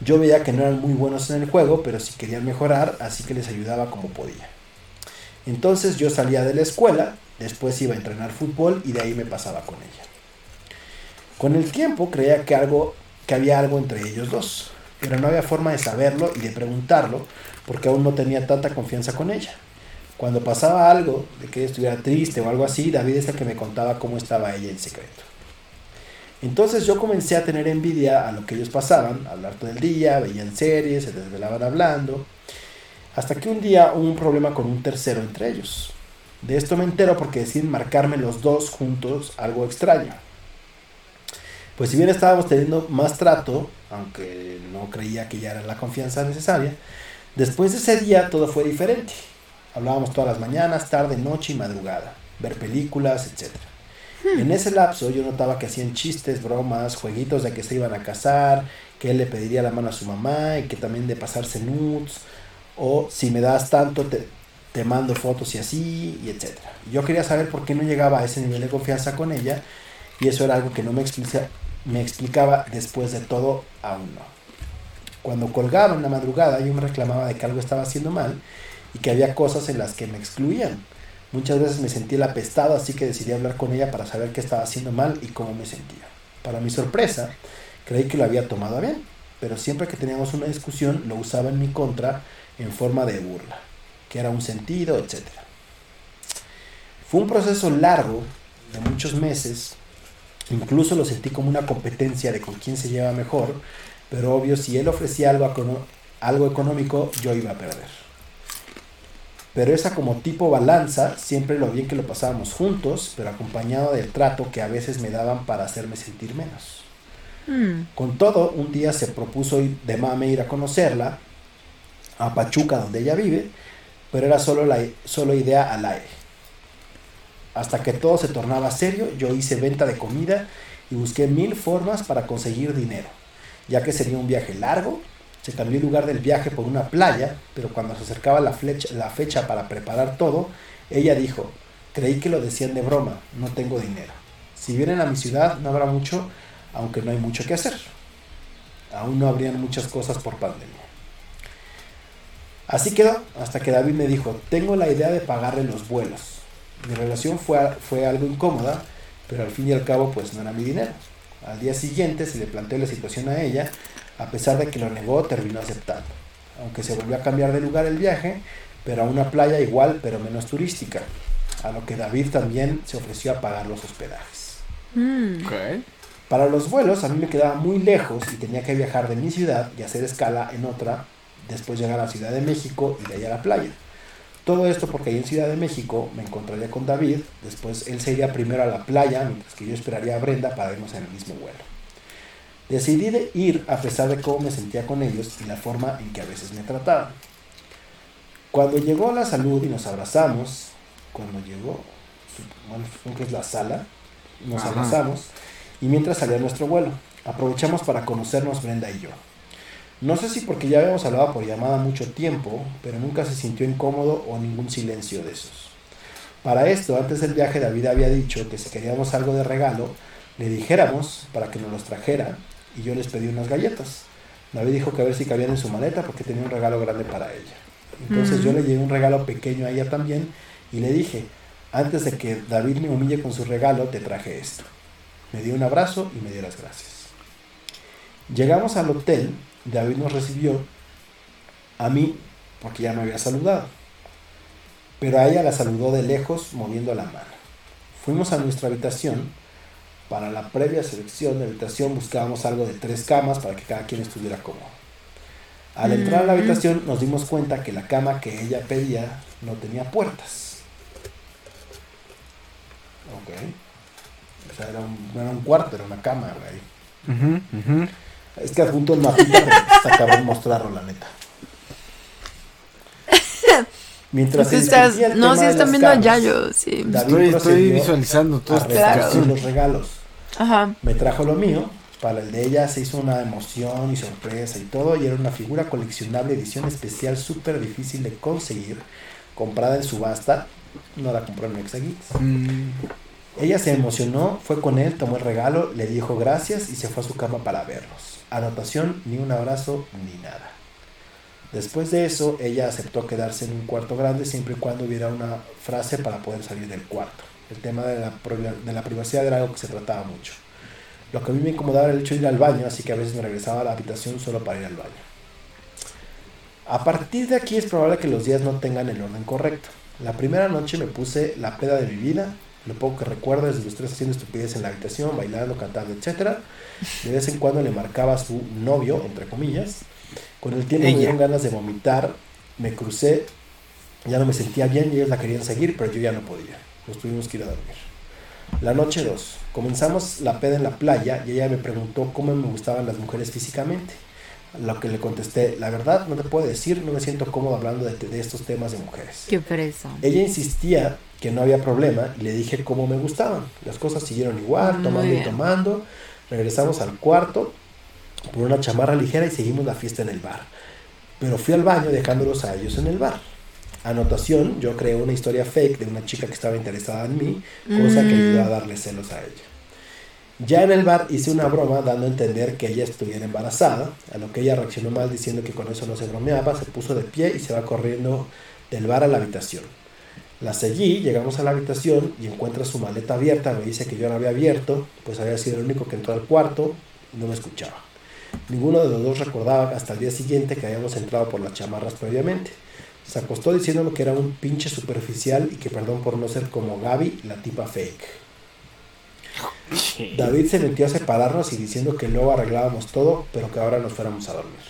Yo veía que no eran muy buenos en el juego, pero sí querían mejorar, así que les ayudaba como podía. Entonces yo salía de la escuela, después iba a entrenar fútbol y de ahí me pasaba con ella. Con el tiempo creía que, algo, que había algo entre ellos dos, pero no había forma de saberlo y de preguntarlo porque aún no tenía tanta confianza con ella. Cuando pasaba algo, de que estuviera triste o algo así, David es el que me contaba cómo estaba ella en secreto. Entonces yo comencé a tener envidia a lo que ellos pasaban, a hablar todo el día, veían series, se desvelaban hablando, hasta que un día hubo un problema con un tercero entre ellos. De esto me entero porque deciden marcarme los dos juntos algo extraño. Pues si bien estábamos teniendo más trato, aunque no creía que ya era la confianza necesaria, después de ese día todo fue diferente. Hablábamos todas las mañanas, tarde, noche y madrugada, ver películas, etc. En ese lapso yo notaba que hacían chistes, bromas, jueguitos de que se iban a casar, que él le pediría la mano a su mamá y que también de pasarse nudes, o si me das tanto te, te mando fotos y así, y etc. Yo quería saber por qué no llegaba a ese nivel de confianza con ella y eso era algo que no me, explica- me explicaba después de todo aún no. Cuando colgaba en la madrugada yo me reclamaba de que algo estaba haciendo mal y que había cosas en las que me excluían. Muchas veces me sentí el apestado, así que decidí hablar con ella para saber qué estaba haciendo mal y cómo me sentía. Para mi sorpresa, creí que lo había tomado a bien. pero siempre que teníamos una discusión lo usaba en mi contra en forma de burla, que era un sentido, etc. Fue un proceso largo, de muchos meses, incluso lo sentí como una competencia de con quién se lleva mejor, pero obvio si él ofrecía algo, econo- algo económico yo iba a perder. Pero esa como tipo balanza, siempre lo bien que lo pasábamos juntos, pero acompañado del trato que a veces me daban para hacerme sentir menos. Mm. Con todo, un día se propuso ir de mame ir a conocerla, a Pachuca donde ella vive, pero era solo, la, solo idea al aire. Hasta que todo se tornaba serio, yo hice venta de comida y busqué mil formas para conseguir dinero, ya que sería un viaje largo. Se cambió el lugar del viaje por una playa, pero cuando se acercaba la, flecha- la fecha para preparar todo, ella dijo, creí que lo decían de broma, no tengo dinero. Si vienen a mi ciudad no habrá mucho, aunque no hay mucho que hacer. Aún no habrían muchas cosas por pandemia. Así quedó, hasta que David me dijo, tengo la idea de pagarle los vuelos. Mi relación fue, a- fue algo incómoda, pero al fin y al cabo pues no era mi dinero. Al día siguiente se le planteó la situación a ella, a pesar de que lo negó, terminó aceptando. Aunque se volvió a cambiar de lugar el viaje, pero a una playa igual, pero menos turística. A lo que David también se ofreció a pagar los hospedajes. Mm. Ok. Para los vuelos a mí me quedaba muy lejos y tenía que viajar de mi ciudad y hacer escala en otra, después llegar a la Ciudad de México y de allá a la playa. Todo esto porque ahí en Ciudad de México me encontraría con David, después él se iría primero a la playa mientras que yo esperaría a Brenda para irnos en el mismo vuelo. Decidí de ir a pesar de cómo me sentía con ellos y la forma en que a veces me trataban. Cuando llegó la salud y nos abrazamos, cuando llegó, sup- bueno, supongo que es la sala, nos Ajá. abrazamos y mientras salía nuestro vuelo, aprovechamos para conocernos Brenda y yo. No sé si porque ya habíamos hablado por llamada mucho tiempo, pero nunca se sintió incómodo o ningún silencio de esos. Para esto, antes del viaje, David había dicho que si queríamos algo de regalo, le dijéramos para que nos los trajera y yo les pedí unas galletas. David dijo que a ver si cabían en su maleta porque tenía un regalo grande para ella. Entonces yo le llevé un regalo pequeño a ella también y le dije, antes de que David me humille con su regalo, te traje esto. Me dio un abrazo y me dio las gracias. Llegamos al hotel, David nos recibió a mí porque ya me había saludado, pero a ella la saludó de lejos moviendo la mano. Fuimos a nuestra habitación. Para la previa selección de habitación buscábamos algo de tres camas para que cada quien estuviera cómodo. Al entrar a la Mm. habitación nos dimos cuenta que la cama que ella pedía no tenía puertas. Ok. O sea, era un, no era un cuarto, era una cama, güey. Ujú, ujú. Es que adjunto el mapita, pero se acabó de mostrarlo, la neta. Mientras se Tú Pues estás- discutía el no, tema si de están las viendo camas, a Yayo, sí. David Estoy, estoy procedió visualizando a todo este repartir caso. los regalos. Ajá. Me trajo lo mío, para el de ella se hizo una emoción y sorpresa y todo, y era una figura coleccionable edición especial súper difícil de conseguir, comprada en subasta, no la compró en Mexageeks. Mm, Ella se emocionó, fue con él, tomó el regalo, le dijo gracias y se fue a su cama para verlos. Anotación, ni un abrazo, ni nada. Después de eso, ella aceptó quedarse en un cuarto grande siempre y cuando hubiera una frase para poder salir del cuarto. El tema de la, priva- de la privacidad era algo que se trataba mucho. Lo que a mí me incomodaba era el hecho de ir al baño, así que a veces me regresaba a la habitación solo para ir al baño. A partir de aquí es probable que los días no tengan el orden correcto. La primera noche me puse la peda de mi vida. Lo poco que recuerdo es de los tres haciendo estupidez en la habitación, bailando, cantando, etc. De vez en cuando le marcaba a su novio, entre comillas. Con el tiempo me Ella. dieron ganas de vomitar. Me crucé. Ya no me sentía bien y ellos la querían seguir, pero yo ya no podía. Nos tuvimos que ir a dormir. La noche 2. Comenzamos la peda en la playa y ella me preguntó cómo me gustaban las mujeres físicamente. A Lo que le contesté, la verdad no te puedo decir, no me siento cómodo hablando de, de estos temas de mujeres. Qué presa. Ella insistía que no había problema y le dije cómo me gustaban. Las cosas siguieron igual, Muy tomando y bien. tomando. Regresamos al cuarto por una chamarra ligera y seguimos la fiesta en el bar. Pero fui al baño dejándolos a ellos en el bar. Anotación, yo creé una historia fake de una chica que estaba interesada en mí, cosa que Mm. ayudó a darle celos a ella. Ya en el bar hice una broma dando a entender que ella estuviera embarazada, a lo que ella reaccionó mal diciendo que con eso no se bromeaba, se puso de pie y se va corriendo del bar a la habitación. La seguí, llegamos a la habitación y encuentra su maleta abierta, me dice que yo la había abierto, pues había sido el único que entró al cuarto y no me escuchaba. Ninguno de los dos recordaba hasta el día siguiente que habíamos entrado por las chamarras previamente. Se acostó diciéndome que era un pinche superficial y que perdón por no ser como Gaby, la tipa fake. David se metió a separarnos y diciendo que luego arreglábamos todo, pero que ahora nos fuéramos a dormir.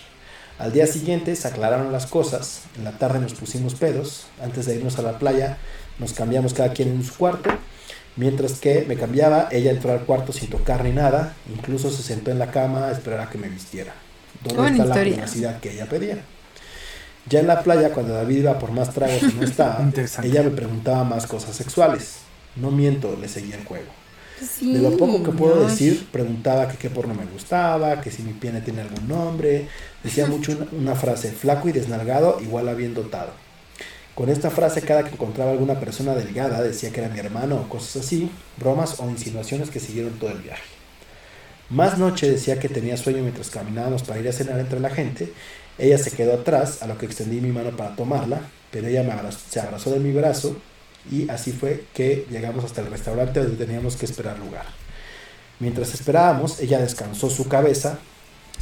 Al día siguiente se aclararon las cosas, en la tarde nos pusimos pedos, antes de irnos a la playa nos cambiamos cada quien en su cuarto, mientras que me cambiaba, ella entró al cuarto sin tocar ni nada, incluso se sentó en la cama a esperar a que me vistiera. Qué ¿Dónde buena está historia. la privacidad que ella pedía? Ya en la playa, cuando David iba por más tragos y no estaba, Interesante. ella me preguntaba más cosas sexuales. No miento, le seguía el juego. Sí, De lo poco que puedo no, decir, preguntaba que qué porno me gustaba, que si mi pene tiene algún nombre. Decía mucho una, una frase, flaco y desnalgado, igual a bien dotado. Con esta frase, cada que encontraba alguna persona delgada, decía que era mi hermano o cosas así, bromas o insinuaciones que siguieron todo el viaje. Más noche decía que tenía sueño mientras caminábamos para ir a cenar entre la gente. Ella se quedó atrás, a lo que extendí mi mano para tomarla, pero ella me abrazó- se abrazó de mi brazo y así fue que llegamos hasta el restaurante donde teníamos que esperar lugar. Mientras esperábamos, ella descansó su cabeza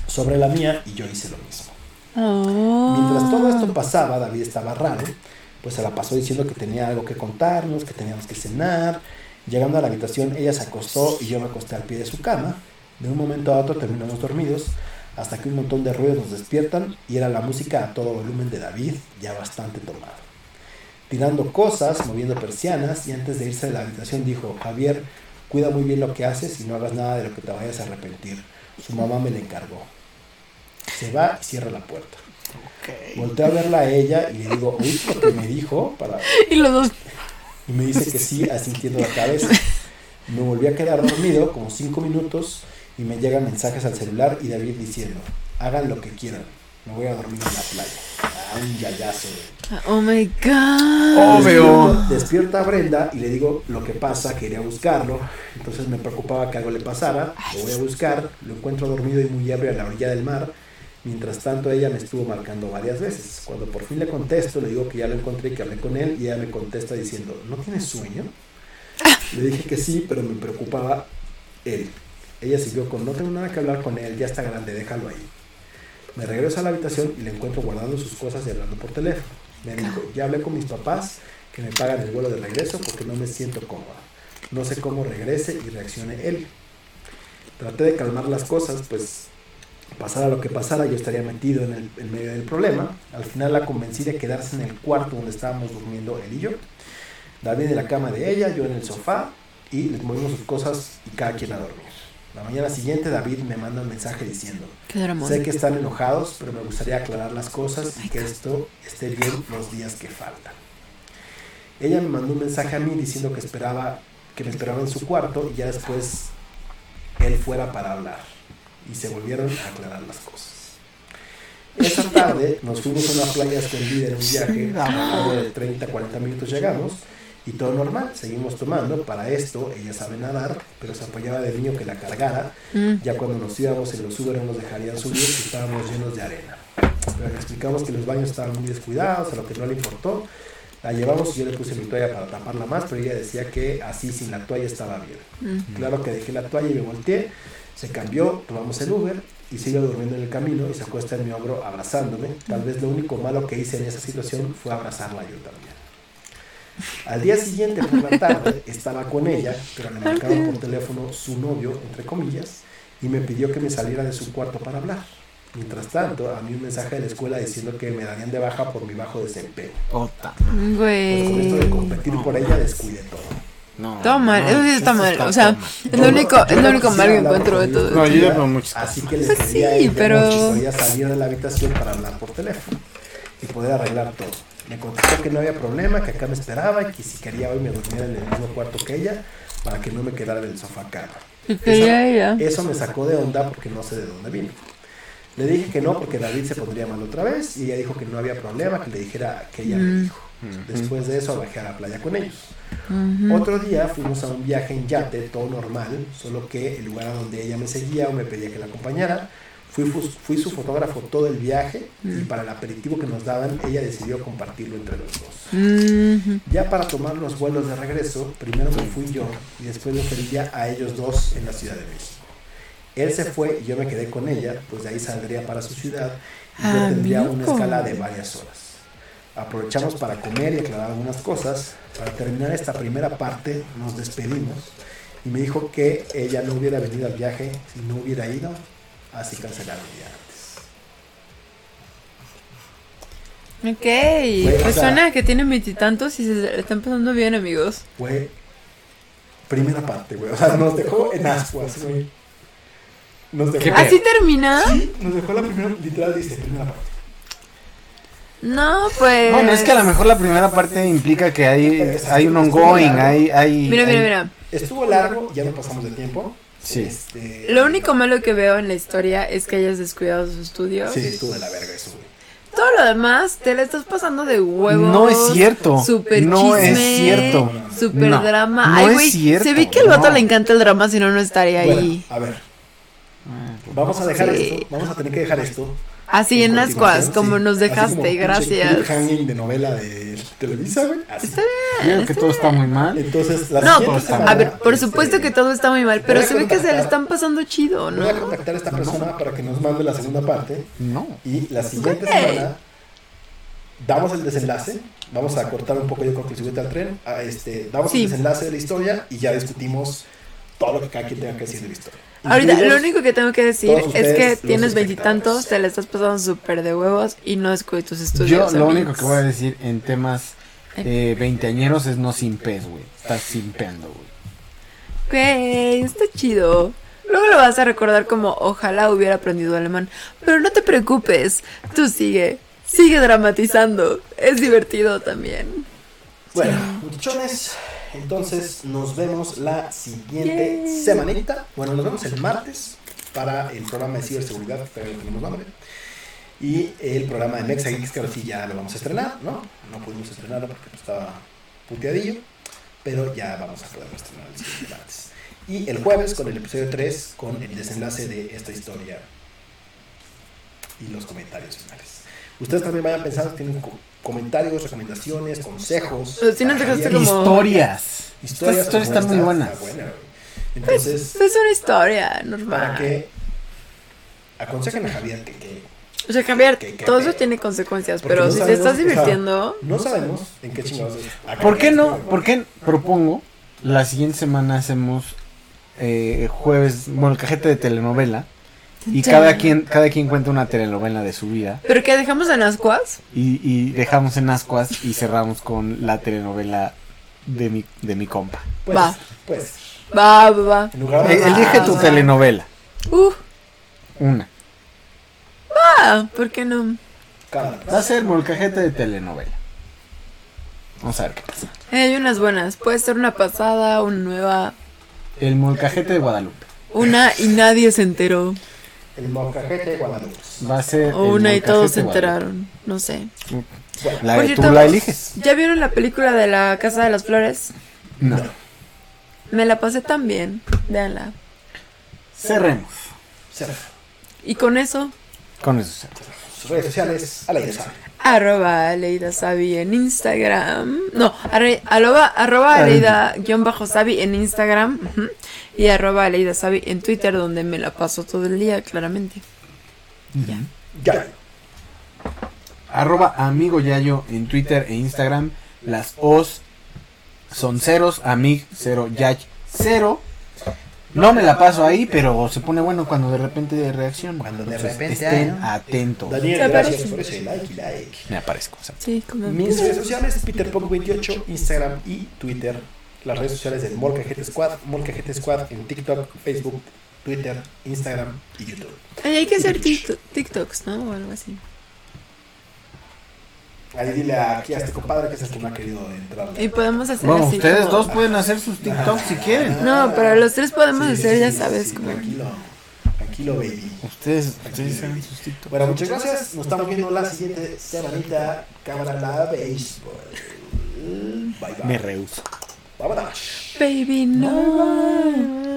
sobre la mía y yo hice lo mismo. Ah. Mientras todo esto pasaba, David estaba raro, pues se la pasó diciendo que tenía algo que contarnos, que teníamos que cenar. Llegando a la habitación, ella se acostó y yo me acosté al pie de su cama. De un momento a otro terminamos dormidos, hasta que un montón de ruidos nos despiertan y era la música a todo volumen de David, ya bastante tomado. Tirando cosas, moviendo persianas y antes de irse de la habitación dijo, Javier, cuida muy bien lo que haces y no hagas nada de lo que te vayas a arrepentir. Su mamá me le encargó. Se va y cierra la puerta. Volteo a verla a ella y le digo, uy, lo que me dijo, para... Y los dos. y me dice que sí, asintiendo la cabeza. Me volví a quedar dormido como cinco minutos y me llegan mensajes al celular y David diciendo, hagan lo que quieran, me voy a dormir en la playa. Ah, un yayazo. Oh my god. Oh, Obvio. Despierto- Despierta a Brenda y le digo lo que pasa, que iré a buscarlo. Entonces me preocupaba que algo le pasara. Lo voy a buscar, lo encuentro dormido y muy ebrio a la orilla del mar. Mientras tanto ella me estuvo marcando varias veces. Cuando por fin le contesto, le digo que ya lo encontré y que hablé con él y ella me contesta diciendo, ¿no tienes sueño? Le dije que sí, pero me preocupaba él. Ella siguió con, no tengo nada que hablar con él, ya está grande, déjalo ahí. Me regreso a la habitación y le encuentro guardando sus cosas y hablando por teléfono. Me dijo, ya hablé con mis papás que me pagan el vuelo de regreso porque no me siento cómoda. No sé cómo regrese y reaccione él. Traté de calmar las cosas, pues pasara lo que pasara yo estaría metido en, el, en medio del problema. Al final la convencí de quedarse en el cuarto donde estábamos durmiendo él y yo. David en la cama de ella, yo en el sofá y les movimos sus cosas y cada quien a dormir. La mañana siguiente David me manda un mensaje diciendo, Qué drama. Sé que están enojados, pero me gustaría aclarar las cosas y que esto esté bien los días que faltan. Ella me mandó un mensaje a mí diciendo que esperaba que me esperaba en su cuarto y ya después él fuera para hablar. Y se volvieron a aclarar las cosas. Esa tarde nos fuimos a una playa escondida en un viaje, algo de 30, 40 minutos llegamos y todo normal, seguimos tomando. Para esto ella sabe nadar, pero se apoyaba del niño que la cargara Mm. ya cuando nos íbamos en los Uber no nos dejarían subir y estábamos llenos de arena. Pero le explicamos que los baños estaban muy descuidados, a lo que no le importó. La llevamos y yo le puse mi toalla para taparla más, pero ella decía que así sin la toalla estaba bien. Claro que dejé la toalla y me volteé, se cambió, tomamos el Uber y sigue durmiendo en el camino y se acuesta en mi hombro abrazándome. Tal vez lo único malo que hice en esa situación fue abrazarla yo también. Al día siguiente por la tarde estaba con ella, pero le marcaba por teléfono su novio, entre comillas, y me pidió que me saliera de su cuarto para hablar. Mientras tanto, a mí un mensaje de la escuela diciendo que me darían de baja por mi bajo desempeño. Ota. Pues con esto Güey. de competir por ella descuide todo. No. Todo mal, no, eso sí está esto mal. O sea, mal. es lo único, Yo es lo no único quisiera mal que hablar encuentro de conmigo, todo. No, yo tía, ya con muchas Así que le Pues pedí a sí, ella pero- mucho si podía salir de la habitación para hablar por teléfono y poder arreglar todo. Me contestó que no había problema, que acá me esperaba y que si quería hoy me dormía en el mismo cuarto que ella para que no me quedara en el sofá cama. Quería ella. Eso me sacó de onda porque no sé de dónde vino. Le dije que no porque David se pondría mal otra vez y ella dijo que no había problema, que le dijera que ella Mm. me dijo. Después de eso bajé a la playa con ellos. Otro día fuimos a un viaje en yate, todo normal, solo que el lugar a donde ella me seguía o me pedía que la acompañara, fui, fu- fui su fotógrafo todo el viaje y para el aperitivo que nos daban ella decidió compartirlo entre los dos. Mm, Ya para tomar los vuelos de regreso, primero me fui yo y después me ofrecía a ellos dos en la Ciudad de México. él se fue y yo me quedé con ella, pues de ahí saldría para su ciudad y yo Ah, tendría una mico. escala de varias horas. Aprovechamos para comer y aclarar algunas cosas. Para terminar esta primera parte nos despedimos y me dijo que ella no hubiera venido al viaje si no hubiera ido, así cancelaron el viaje. Mm, Ok, o pues sea- suena que tiene veintitantos y, se le están pasando bien, amigos. Fue primera parte, güey. O sea, nos dejó en ascuas, güey. Nos dejó, ¿Así termina? Sí, nos dejó la primera, literal dice, primera parte. No, pues. Bueno, es que a lo mejor la primera parte implica que hay, hay un ongoing, hay, hay... Mira, mira, hay- mira. Estuvo largo, ya no pasamos del tiempo. Sí. Este, Lo único malo que veo en la historia es que hayas descuidado sus estudios. Sí, estuvo de la verga eso, güey. Todo lo demás te la estás pasando de huevo. No es cierto. Super no chisme, es cierto. Super No, drama. no Ay, es güey. cierto, Se ve que al vato no. le encanta el drama, si no, no estaría ahí. Bueno, a ver, Ah, vamos a dejar Sí. esto, vamos a tener que dejar esto. Así en las cuas, Sí. como nos Así dejaste, como pinche gracias. cliffhanger de novela de Televisa, güey. Así. Yo creo que todo está muy mal. Entonces, la No, siguiente pues, semana, A ver, por este, supuesto que todo está muy mal, pero voy a se ve que se le contactar- están pasando chido, Voy ¿no? a contactar a esta persona para que nos mande la segunda parte. No. Y la siguiente Güey. semana damos el desenlace. Vamos a cortar un poco, yo creo que el siguiente al tren. a este, damos Sí. el desenlace de la historia y ya discutimos todo lo que cada quien tenga que decir de la historia. Ahorita, lo Incluidos- único que tengo que decir todos es ustedes, que los tienes espectadores. veintitantos, te la estás pasando súper de huevos y no descuides tus estudios. Yo lo amigos. único que voy a decir en temas eh, veinteañeros es no simpes, güey. Estás simpeando, güey. Güey, está chido. Luego lo vas a recordar como ojalá hubiera aprendido alemán. Pero no te preocupes, tú sigue. Sigue dramatizando. Es divertido también. Bueno, muchachones, entonces nos vemos la siguiente Yay. semanita. Bueno, nos vemos el martes para el programa de ciberseguridad, que todavía no tenemos nombre. Y el programa de Mexa Geeks, que ahora sí ya lo vamos a estrenar, ¿no? No pudimos estrenarlo porque pues, estaba puteadillo, pero ya vamos a poder estrenar el siguiente martes. Y el jueves con el episodio 3, con el desenlace de esta historia y los comentarios finales. Ustedes también vayan pensando, tienen co- comentarios, recomendaciones, consejos. Pero sí nos dejaste Javier, como- Historias. Estas Historias historias están muy está buenas. buena, güey. Pues, Entonces, es una historia para normal. que aconsejen a Javier que, que O sea, cambiar, ¿Qué- qué todo eso pedo? tiene consecuencias, Porque pero no si te sabemos, estás o sea, divirtiendo, no sabemos en qué chingados es. ¿Por qué no? ¿Por qué propongo la siguiente semana hacemos eh, jueves, bueno, cajete de telenovela y cada quien cada quien cuenta una telenovela de su vida pero que dejamos en ascuas, y, y dejamos en ascuas y cerramos con la telenovela de mi de mi compa. Pues, Va. pues, va, va, va. en lugar de... Eh, Elige tu Ah. telenovela, Uh, una. ah, ¿por qué no? Cámara. Va a ser molcajete de telenovela. Vamos a ver qué pasa. Eh, Hay unas buenas. Puede ser una pasada, una nueva, El molcajete de Guadalupe. una y nadie se enteró. El mocajete de Guadalupe. Va a ser O el una y molcajete todos se de Guadalupe. enteraron. No sé. La Por de tú cierto, la eliges. ¿Ya vieron la película de la Casa de las Flores? No. Me la pasé tan bien. Véanla. Cerremos. Cerra. Y con eso, Con eso cerramos. Sus redes sociales, a la iglesia. arroba Aleida Sabi en Instagram. No, arre- arroba, arroba Aleida. Aleida-Sabi en Instagram. ujú, Y arroba Aleida Sabi en Twitter, donde me la paso todo el día, claramente. Ya. Arroba amigo Yayo en Twitter e Instagram. Las os son ceros, amig cero, yay cero. No me la paso ahí, pero se pone bueno cuando de repente reacciona. Cuando de Entonces, repente estén hay, ¿no? atentos. Se Daniel, aparece. gracias por ese like y like. Me aparezco. o sea. Sí, como. Mis redes sociales, PeterPunk28, Instagram y Twitter. Las redes sociales del Molcajete Squad, Molcajete Squad en TikTok, Facebook, Twitter, Instagram y YouTube. Ay, hay que hacer tikto- TikToks, ¿no? O algo así. Ahí dile aquí a este compadre que es el que no ha querido entrar. Y podemos hacer Bueno, así. ustedes como- dos pueden hacer sus TikToks si quieren. No, pero los tres podemos Sí, hacer, sí, ya sí, sabes, sí, como. Tranquilo, tranquilo, baby. Ustedes, ustedes hagan sus TikToks. Bueno, muchas gracias. Nos estamos viendo la siguiente semanita. Cámara la béisbol. Bye bye. Me rehuso. Vámonos. Baby, no.